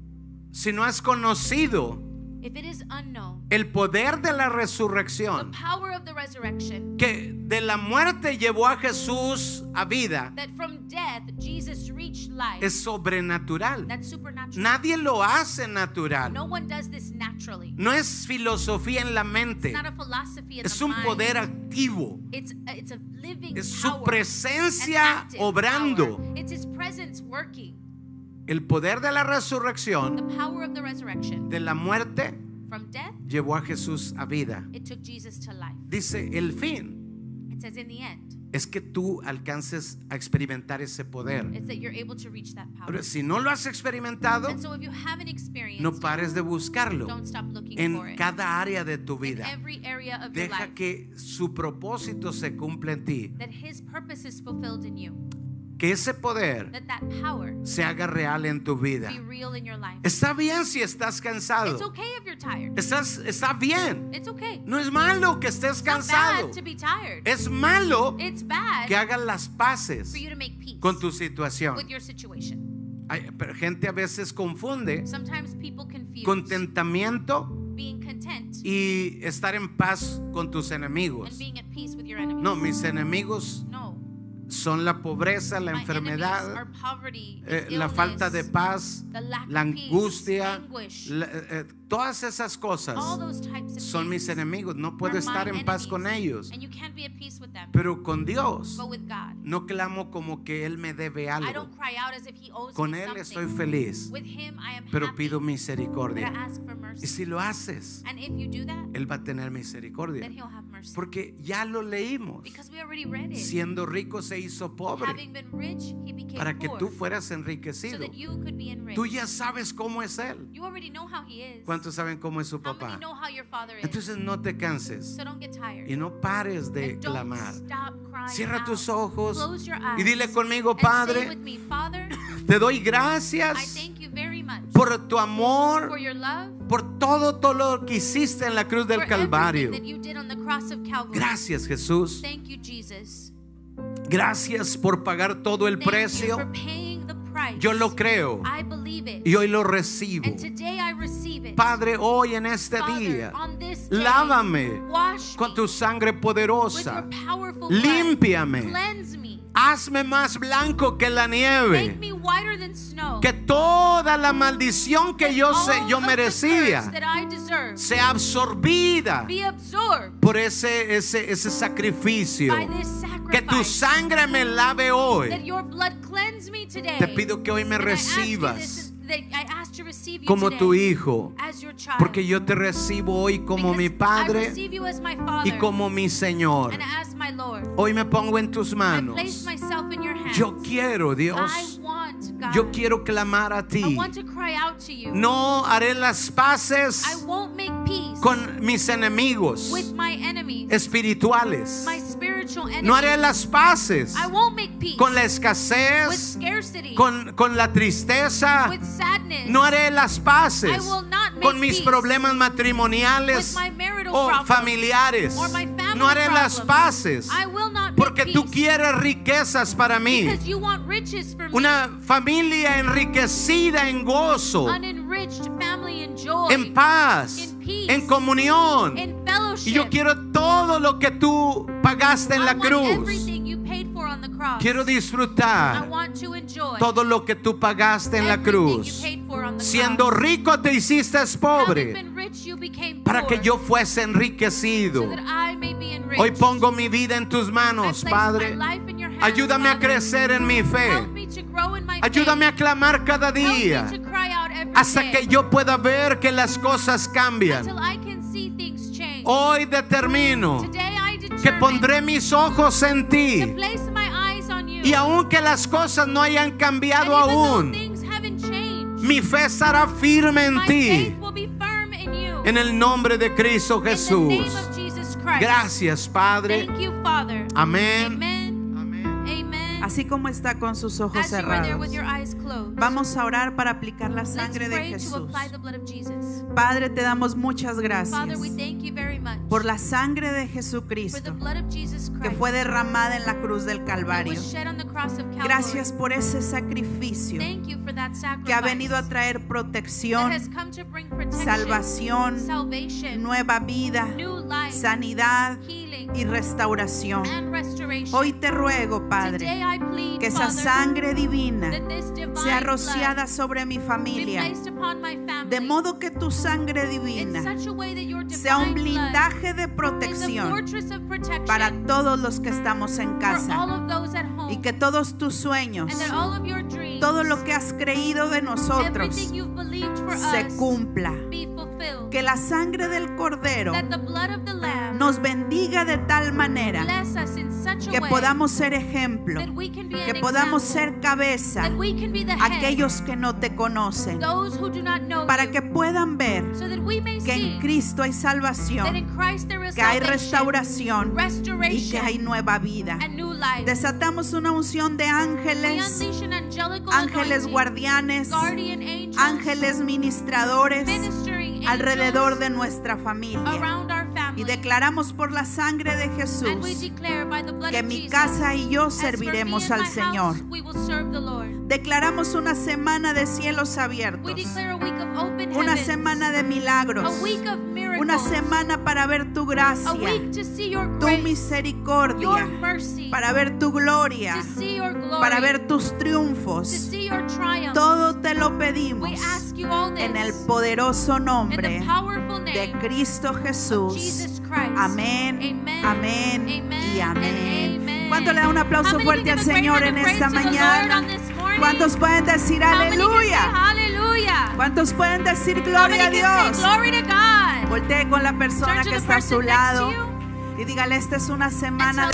[SPEAKER 2] Si no has conocido
[SPEAKER 3] if it is unknown,
[SPEAKER 2] el poder de la
[SPEAKER 3] the
[SPEAKER 2] resurrección
[SPEAKER 3] power of the resurrection,
[SPEAKER 2] que de la muerte llevó a Jesús a vida
[SPEAKER 3] that from death Jesus reached life,
[SPEAKER 2] es sobrenatural.
[SPEAKER 3] that's supernatural.
[SPEAKER 2] Nadie lo hace natural.
[SPEAKER 3] no one does this naturally.
[SPEAKER 2] No es filosofía en la mente.
[SPEAKER 3] It's not a philosophy in
[SPEAKER 2] Es
[SPEAKER 3] the
[SPEAKER 2] un
[SPEAKER 3] mind.
[SPEAKER 2] poder activo.
[SPEAKER 3] It's a, it's a living
[SPEAKER 2] Es su
[SPEAKER 3] power, an
[SPEAKER 2] presencia
[SPEAKER 3] active
[SPEAKER 2] obrando.
[SPEAKER 3] power. It's his presence working.
[SPEAKER 2] El poder de la
[SPEAKER 3] The
[SPEAKER 2] resurrección
[SPEAKER 3] power of the resurrection.
[SPEAKER 2] de la muerte
[SPEAKER 3] From death,
[SPEAKER 2] llevó a Jesús a vida.
[SPEAKER 3] it took Jesus to life.
[SPEAKER 2] Dice, el fin
[SPEAKER 3] It says in the end,
[SPEAKER 2] es que tú alcances a experimentar ese poder.
[SPEAKER 3] it's that you're able to reach that power.
[SPEAKER 2] Pero si no lo has experimentado,
[SPEAKER 3] And so if you haven't experienced
[SPEAKER 2] no
[SPEAKER 3] it,
[SPEAKER 2] pares de buscarlo
[SPEAKER 3] don't stop looking for
[SPEAKER 2] en
[SPEAKER 3] it.
[SPEAKER 2] cada área de tu
[SPEAKER 3] in
[SPEAKER 2] vida.
[SPEAKER 3] every area of your
[SPEAKER 2] Deja
[SPEAKER 3] life.
[SPEAKER 2] que su propósito se cumpla en ti.
[SPEAKER 3] that his purpose is fulfilled in you.
[SPEAKER 2] Que ese poder
[SPEAKER 3] That that power
[SPEAKER 2] se haga real en tu vida.
[SPEAKER 3] be real in your life.
[SPEAKER 2] Está bien si estás
[SPEAKER 3] It's
[SPEAKER 2] cansado.
[SPEAKER 3] okay if you're tired.
[SPEAKER 2] Estás, está bien.
[SPEAKER 3] It's okay.
[SPEAKER 2] No es malo que estés
[SPEAKER 3] It's not
[SPEAKER 2] cansado.
[SPEAKER 3] bad to be tired.
[SPEAKER 2] Es malo
[SPEAKER 3] It's bad
[SPEAKER 2] que hagas las paces
[SPEAKER 3] for you to make peace
[SPEAKER 2] con tu situación.
[SPEAKER 3] with your situation.
[SPEAKER 2] Hay- pero gente a veces confunde
[SPEAKER 3] Sometimes people confuse
[SPEAKER 2] contentamiento
[SPEAKER 3] being content
[SPEAKER 2] y estar en paz con tus
[SPEAKER 3] and
[SPEAKER 2] enemigos.
[SPEAKER 3] being at peace with your enemies.
[SPEAKER 2] No, mis enemigos
[SPEAKER 3] No.
[SPEAKER 2] son la pobreza, la
[SPEAKER 3] My enemies
[SPEAKER 2] enfermedad,
[SPEAKER 3] are poverty,
[SPEAKER 2] eh,
[SPEAKER 3] is
[SPEAKER 2] la falta de
[SPEAKER 3] illness,
[SPEAKER 2] paz,
[SPEAKER 3] the lack
[SPEAKER 2] la
[SPEAKER 3] of peace,
[SPEAKER 2] angustia,
[SPEAKER 3] anguish.
[SPEAKER 2] la- eh, eh, todas esas cosas
[SPEAKER 3] All those types of
[SPEAKER 2] son mis
[SPEAKER 3] things
[SPEAKER 2] enemigos. No
[SPEAKER 3] are
[SPEAKER 2] puedo estar
[SPEAKER 3] my
[SPEAKER 2] en paz con
[SPEAKER 3] enemies,
[SPEAKER 2] ellos.
[SPEAKER 3] And you can't be at peace with them.
[SPEAKER 2] Pero con Dios
[SPEAKER 3] but with God.
[SPEAKER 2] no clamo como que Él me debe
[SPEAKER 3] I
[SPEAKER 2] algo.
[SPEAKER 3] don't cry out as if he owes
[SPEAKER 2] Con
[SPEAKER 3] me
[SPEAKER 2] Él
[SPEAKER 3] something.
[SPEAKER 2] estoy feliz,
[SPEAKER 3] With him I am
[SPEAKER 2] pero
[SPEAKER 3] happy,
[SPEAKER 2] pido
[SPEAKER 3] but I
[SPEAKER 2] misericordia.
[SPEAKER 3] ask for mercy.
[SPEAKER 2] Y si lo haces,
[SPEAKER 3] and if you do that,
[SPEAKER 2] Él va a tener misericordia.
[SPEAKER 3] then he'll have mercy.
[SPEAKER 2] Porque ya lo leímos.
[SPEAKER 3] because we already read it.
[SPEAKER 2] Siendo rico se hizo pobre
[SPEAKER 3] Having been rich, he became
[SPEAKER 2] para que
[SPEAKER 3] poor,
[SPEAKER 2] tú fueras
[SPEAKER 3] so
[SPEAKER 2] enriquecido.
[SPEAKER 3] that you could be enriched.
[SPEAKER 2] Tú ya sabes cómo es Él.
[SPEAKER 3] you already know how he is.
[SPEAKER 2] ¿Cuántos saben cómo es su
[SPEAKER 3] how many
[SPEAKER 2] papá?
[SPEAKER 3] know how your father is?
[SPEAKER 2] Entonces no te canses
[SPEAKER 3] so don't get tired.
[SPEAKER 2] y no pares de
[SPEAKER 3] and don't
[SPEAKER 2] clamar.
[SPEAKER 3] stop crying
[SPEAKER 2] Cierra
[SPEAKER 3] out.
[SPEAKER 2] tus ojos
[SPEAKER 3] Close your eyes
[SPEAKER 2] y dile conmigo,
[SPEAKER 3] and say
[SPEAKER 2] Padre,
[SPEAKER 3] with me, Father,
[SPEAKER 2] te doy
[SPEAKER 3] I
[SPEAKER 2] gracias
[SPEAKER 3] thank you very much
[SPEAKER 2] por tu
[SPEAKER 3] for
[SPEAKER 2] amor,
[SPEAKER 3] your love,
[SPEAKER 2] por todo, todo lo que hiciste en la cruz
[SPEAKER 3] for
[SPEAKER 2] del
[SPEAKER 3] everything
[SPEAKER 2] Calvario.
[SPEAKER 3] that you did on the cross of Calvary.
[SPEAKER 2] Gracias Jesús.
[SPEAKER 3] Thank you, Jesus.
[SPEAKER 2] Gracias por pagar todo el
[SPEAKER 3] Thank you for
[SPEAKER 2] precio.
[SPEAKER 3] paying the price.
[SPEAKER 2] Yo lo creo
[SPEAKER 3] I believe it.
[SPEAKER 2] y hoy lo recibo.
[SPEAKER 3] And today I receive it.
[SPEAKER 2] Padre, hoy en este
[SPEAKER 3] Father,
[SPEAKER 2] día,
[SPEAKER 3] on this day,
[SPEAKER 2] lávame
[SPEAKER 3] wash
[SPEAKER 2] con
[SPEAKER 3] me
[SPEAKER 2] tu sangre
[SPEAKER 3] with your
[SPEAKER 2] poderosa.
[SPEAKER 3] powerful blood.
[SPEAKER 2] Límpiame.
[SPEAKER 3] Cleanse me.
[SPEAKER 2] Hazme más blanco que la
[SPEAKER 3] Make
[SPEAKER 2] nieve.
[SPEAKER 3] me whiter than snow.
[SPEAKER 2] Que toda la maldición que
[SPEAKER 3] That
[SPEAKER 2] yo
[SPEAKER 3] all
[SPEAKER 2] sé, yo
[SPEAKER 3] of the curse
[SPEAKER 2] merecía
[SPEAKER 3] that I deserve
[SPEAKER 2] sea absorbida
[SPEAKER 3] be absorbed
[SPEAKER 2] por ese, ese, ese sacrificio.
[SPEAKER 3] by this
[SPEAKER 2] Que
[SPEAKER 3] sacrifice.
[SPEAKER 2] tu sangre me lave
[SPEAKER 3] That
[SPEAKER 2] hoy.
[SPEAKER 3] your blood cleanse me today.
[SPEAKER 2] Te pido que hoy me
[SPEAKER 3] And I ask you this,
[SPEAKER 2] recibas
[SPEAKER 3] that I ask to receive you
[SPEAKER 2] como
[SPEAKER 3] today
[SPEAKER 2] tu hijo.
[SPEAKER 3] as your child.
[SPEAKER 2] Porque yo te recibo hoy como
[SPEAKER 3] Because
[SPEAKER 2] mi
[SPEAKER 3] I
[SPEAKER 2] Padre
[SPEAKER 3] receive you as my father,
[SPEAKER 2] y como mi Señor.
[SPEAKER 3] and as my Lord.
[SPEAKER 2] Hoy me pongo en tus
[SPEAKER 3] I
[SPEAKER 2] manos.
[SPEAKER 3] place myself in your hands.
[SPEAKER 2] Yo quiero,
[SPEAKER 3] I
[SPEAKER 2] Dios.
[SPEAKER 3] want God.
[SPEAKER 2] Yo quiero clamar a
[SPEAKER 3] I
[SPEAKER 2] ti.
[SPEAKER 3] want to cry out to you.
[SPEAKER 2] No haré las
[SPEAKER 3] I
[SPEAKER 2] paces
[SPEAKER 3] won't make peace
[SPEAKER 2] con mis enemigos
[SPEAKER 3] with my enemies,
[SPEAKER 2] espirituales.
[SPEAKER 3] my spiritual enemies.
[SPEAKER 2] No haré las paces
[SPEAKER 3] I won't make peace
[SPEAKER 2] con la
[SPEAKER 3] with
[SPEAKER 2] escasez,
[SPEAKER 3] scarcity,
[SPEAKER 2] con, con la tristeza.
[SPEAKER 3] with sadness,
[SPEAKER 2] No haré las paces
[SPEAKER 3] I will not make
[SPEAKER 2] con mis
[SPEAKER 3] peace
[SPEAKER 2] problemas matrimoniales
[SPEAKER 3] with my marital
[SPEAKER 2] o
[SPEAKER 3] problems
[SPEAKER 2] familiares.
[SPEAKER 3] or my family
[SPEAKER 2] No haré
[SPEAKER 3] problems.
[SPEAKER 2] las paces
[SPEAKER 3] I will not make
[SPEAKER 2] porque
[SPEAKER 3] peace
[SPEAKER 2] tú quieres riquezas para mí.
[SPEAKER 3] because you want riches for
[SPEAKER 2] Una familia enriquecida en gozo,
[SPEAKER 3] me, an enriched family and joy,
[SPEAKER 2] en paz,
[SPEAKER 3] in peace,
[SPEAKER 2] en comunión.
[SPEAKER 3] in fellowship.
[SPEAKER 2] Y yo quiero todo lo que tú pagaste en
[SPEAKER 3] I
[SPEAKER 2] la
[SPEAKER 3] want
[SPEAKER 2] cruz.
[SPEAKER 3] everything you paid for on the cross.
[SPEAKER 2] Quiero
[SPEAKER 3] I
[SPEAKER 2] disfrutar
[SPEAKER 3] want to enjoy
[SPEAKER 2] todo lo que tú pagaste en la
[SPEAKER 3] everything you
[SPEAKER 2] cruz.
[SPEAKER 3] paid for on the
[SPEAKER 2] Siendo
[SPEAKER 3] cross.
[SPEAKER 2] rico te hiciste
[SPEAKER 3] Having
[SPEAKER 2] pobre
[SPEAKER 3] been rich, you became
[SPEAKER 2] para
[SPEAKER 3] poor,
[SPEAKER 2] que yo fuese enriquecido.
[SPEAKER 3] so that I may be enriched.
[SPEAKER 2] Hoy pongo mi vida en tus
[SPEAKER 3] I
[SPEAKER 2] manos,
[SPEAKER 3] place
[SPEAKER 2] Padre.
[SPEAKER 3] my life in your hands,
[SPEAKER 2] Ayúdame a
[SPEAKER 3] Father.
[SPEAKER 2] crecer en mi fe.
[SPEAKER 3] Help me to grow in my
[SPEAKER 2] Ayúdame a
[SPEAKER 3] faith.
[SPEAKER 2] clamar cada
[SPEAKER 3] Help me
[SPEAKER 2] día
[SPEAKER 3] to cry out every
[SPEAKER 2] hasta
[SPEAKER 3] day
[SPEAKER 2] que yo pueda ver que las cosas
[SPEAKER 3] until
[SPEAKER 2] cambian.
[SPEAKER 3] I can see things change.
[SPEAKER 2] Hoy determino
[SPEAKER 3] Today I
[SPEAKER 2] Oh, que
[SPEAKER 3] determine
[SPEAKER 2] pondré mis ojos en ti.
[SPEAKER 3] to place my eyes on you.
[SPEAKER 2] Y aunque las cosas no hayan
[SPEAKER 3] and
[SPEAKER 2] cambiado
[SPEAKER 3] even though
[SPEAKER 2] aún,
[SPEAKER 3] things haven't changed,
[SPEAKER 2] mi fe estará firme en
[SPEAKER 3] my
[SPEAKER 2] ti.
[SPEAKER 3] faith will be firm in you.
[SPEAKER 2] En el nombre de Cristo
[SPEAKER 3] In the
[SPEAKER 2] Jesús.
[SPEAKER 3] name of Jesus Christ.
[SPEAKER 2] Gracias, Padre.
[SPEAKER 3] Thank you, Father.
[SPEAKER 2] Amén.
[SPEAKER 3] Amen.
[SPEAKER 2] Amén.
[SPEAKER 3] Amen.
[SPEAKER 1] Así como está con sus ojos
[SPEAKER 3] As you are there with
[SPEAKER 1] cerrados.
[SPEAKER 3] your eyes closed,
[SPEAKER 1] Vamos a orar para aplicar la
[SPEAKER 3] let's
[SPEAKER 1] sangre de
[SPEAKER 3] pray to
[SPEAKER 1] Jesús.
[SPEAKER 3] apply the blood of Jesus.
[SPEAKER 1] Padre, te damos muchas gracias
[SPEAKER 3] Father, we thank you very much
[SPEAKER 1] por la sangre de
[SPEAKER 3] for the
[SPEAKER 1] Jesucristo
[SPEAKER 3] blood of Jesus
[SPEAKER 1] que
[SPEAKER 3] Christ
[SPEAKER 1] fue derramada en la cruz del
[SPEAKER 3] that
[SPEAKER 1] Calvario.
[SPEAKER 3] was shed on the cross of Calvary.
[SPEAKER 1] Gracias por ese sacrificio
[SPEAKER 3] Thank you for that sacrifice
[SPEAKER 1] que ha venido a traer
[SPEAKER 3] that
[SPEAKER 1] protección,
[SPEAKER 3] has come to bring protection,
[SPEAKER 1] salvación,
[SPEAKER 3] salvation,
[SPEAKER 1] nueva vida,
[SPEAKER 3] new life,
[SPEAKER 1] sanidad
[SPEAKER 3] healing,
[SPEAKER 1] y restauración.
[SPEAKER 3] and restoration.
[SPEAKER 1] Hoy te ruego,
[SPEAKER 3] Today
[SPEAKER 1] Padre,
[SPEAKER 3] I plead,
[SPEAKER 1] que esa
[SPEAKER 3] Father,
[SPEAKER 1] sangre divina
[SPEAKER 3] that this divine
[SPEAKER 1] sea
[SPEAKER 3] blood
[SPEAKER 1] rociada sobre mi
[SPEAKER 3] be
[SPEAKER 1] familia,
[SPEAKER 3] placed upon my family
[SPEAKER 1] de modo que tu sangre
[SPEAKER 3] in
[SPEAKER 1] divina
[SPEAKER 3] such a way that your divine
[SPEAKER 1] sea un
[SPEAKER 3] blood
[SPEAKER 1] blindaje de
[SPEAKER 3] is a
[SPEAKER 1] protección
[SPEAKER 3] fortress of protection
[SPEAKER 1] para todos los que estamos
[SPEAKER 3] for
[SPEAKER 1] en
[SPEAKER 3] all
[SPEAKER 1] casa
[SPEAKER 3] of those at home
[SPEAKER 1] y que todos tus sueños,
[SPEAKER 3] and that all of your dreams,
[SPEAKER 1] todo lo que has creído de nosotros
[SPEAKER 3] everything you've believed for
[SPEAKER 1] se
[SPEAKER 3] us,
[SPEAKER 1] cumpla.
[SPEAKER 3] be fulfilled.
[SPEAKER 1] Que la sangre del cordero
[SPEAKER 3] that the blood of the Lamb
[SPEAKER 1] nos bendiga de tal manera
[SPEAKER 3] bless us in such a
[SPEAKER 1] que
[SPEAKER 3] way
[SPEAKER 1] podamos ser ejemplo,
[SPEAKER 3] that we can be
[SPEAKER 1] que
[SPEAKER 3] an
[SPEAKER 1] podamos
[SPEAKER 3] example,
[SPEAKER 1] ser cabeza
[SPEAKER 3] that we can be the
[SPEAKER 1] a
[SPEAKER 3] head,
[SPEAKER 1] aquellos que no te conocen,
[SPEAKER 3] those who do not know
[SPEAKER 1] para
[SPEAKER 3] you,
[SPEAKER 1] que puedan ver
[SPEAKER 3] so that we may
[SPEAKER 1] que
[SPEAKER 3] see
[SPEAKER 1] en Cristo hay
[SPEAKER 3] that
[SPEAKER 1] salvación,
[SPEAKER 3] in Christ there is
[SPEAKER 1] que hay
[SPEAKER 3] salvation,
[SPEAKER 1] restauración y que
[SPEAKER 3] restoration,
[SPEAKER 1] hay nueva vida.
[SPEAKER 3] and new life.
[SPEAKER 1] Desatamos una unción de
[SPEAKER 3] we
[SPEAKER 1] ángeles,
[SPEAKER 3] unleash an angelical
[SPEAKER 1] ángeles
[SPEAKER 3] anointing,
[SPEAKER 1] guardianes,
[SPEAKER 3] guardian angels,
[SPEAKER 1] ángeles ministradores
[SPEAKER 3] ministering
[SPEAKER 1] alrededor
[SPEAKER 3] angels
[SPEAKER 1] de nuestra familia.
[SPEAKER 3] around our family.
[SPEAKER 1] Y declaramos por la sangre de
[SPEAKER 3] and we
[SPEAKER 1] Jesús
[SPEAKER 3] declare by the blood
[SPEAKER 1] que
[SPEAKER 3] of
[SPEAKER 1] mi
[SPEAKER 3] Jesus,
[SPEAKER 1] casa y yo
[SPEAKER 3] as for me
[SPEAKER 1] serviremos
[SPEAKER 3] and
[SPEAKER 1] al
[SPEAKER 3] my
[SPEAKER 1] Señor.
[SPEAKER 3] house, we will serve the Lord.
[SPEAKER 1] Declaramos una semana de cielos
[SPEAKER 3] We
[SPEAKER 1] abiertos,
[SPEAKER 3] declare a week of open
[SPEAKER 1] una
[SPEAKER 3] heavens,
[SPEAKER 1] semana de milagros,
[SPEAKER 3] a week of miracles,
[SPEAKER 1] una semana para ver tu
[SPEAKER 3] a
[SPEAKER 1] gracia,
[SPEAKER 3] week to see your
[SPEAKER 1] tu
[SPEAKER 3] grace, your
[SPEAKER 1] misericordia,
[SPEAKER 3] mercy,
[SPEAKER 1] para ver tu gloria,
[SPEAKER 3] to see your glory,
[SPEAKER 1] para ver tus
[SPEAKER 3] to
[SPEAKER 1] triunfos.
[SPEAKER 3] see your triumph.
[SPEAKER 1] Todo te lo
[SPEAKER 3] we
[SPEAKER 1] pedimos
[SPEAKER 3] ask you all this
[SPEAKER 1] en el poderoso
[SPEAKER 3] in
[SPEAKER 1] nombre
[SPEAKER 3] the powerful
[SPEAKER 1] de
[SPEAKER 3] name
[SPEAKER 1] Cristo
[SPEAKER 3] of
[SPEAKER 1] Jesús.
[SPEAKER 3] Jesus Christ.
[SPEAKER 1] Amén,
[SPEAKER 3] Amen.
[SPEAKER 1] amén
[SPEAKER 3] Amen.
[SPEAKER 1] y
[SPEAKER 3] and
[SPEAKER 1] amén.
[SPEAKER 3] amen.
[SPEAKER 1] ¿Cuánto le da un
[SPEAKER 3] How
[SPEAKER 1] aplauso
[SPEAKER 3] many
[SPEAKER 1] fuerte
[SPEAKER 3] can
[SPEAKER 1] al
[SPEAKER 3] give a great
[SPEAKER 1] Señor
[SPEAKER 3] round
[SPEAKER 1] en
[SPEAKER 3] of
[SPEAKER 1] esta
[SPEAKER 3] praise to the Lord on
[SPEAKER 1] mañana?
[SPEAKER 3] this morning?
[SPEAKER 1] ¿Cuántos pueden decir
[SPEAKER 3] How many can say
[SPEAKER 1] aleluya?
[SPEAKER 3] Hallelujah.
[SPEAKER 1] ¿Cuántos pueden decir
[SPEAKER 3] How
[SPEAKER 1] gloria a
[SPEAKER 3] many can say
[SPEAKER 1] Dios?
[SPEAKER 3] glory to God?
[SPEAKER 1] Voltee con la
[SPEAKER 3] Turn
[SPEAKER 1] persona
[SPEAKER 3] to the
[SPEAKER 1] que está a su
[SPEAKER 3] person next to
[SPEAKER 1] lado
[SPEAKER 3] you.
[SPEAKER 1] y dígale, esta es una semana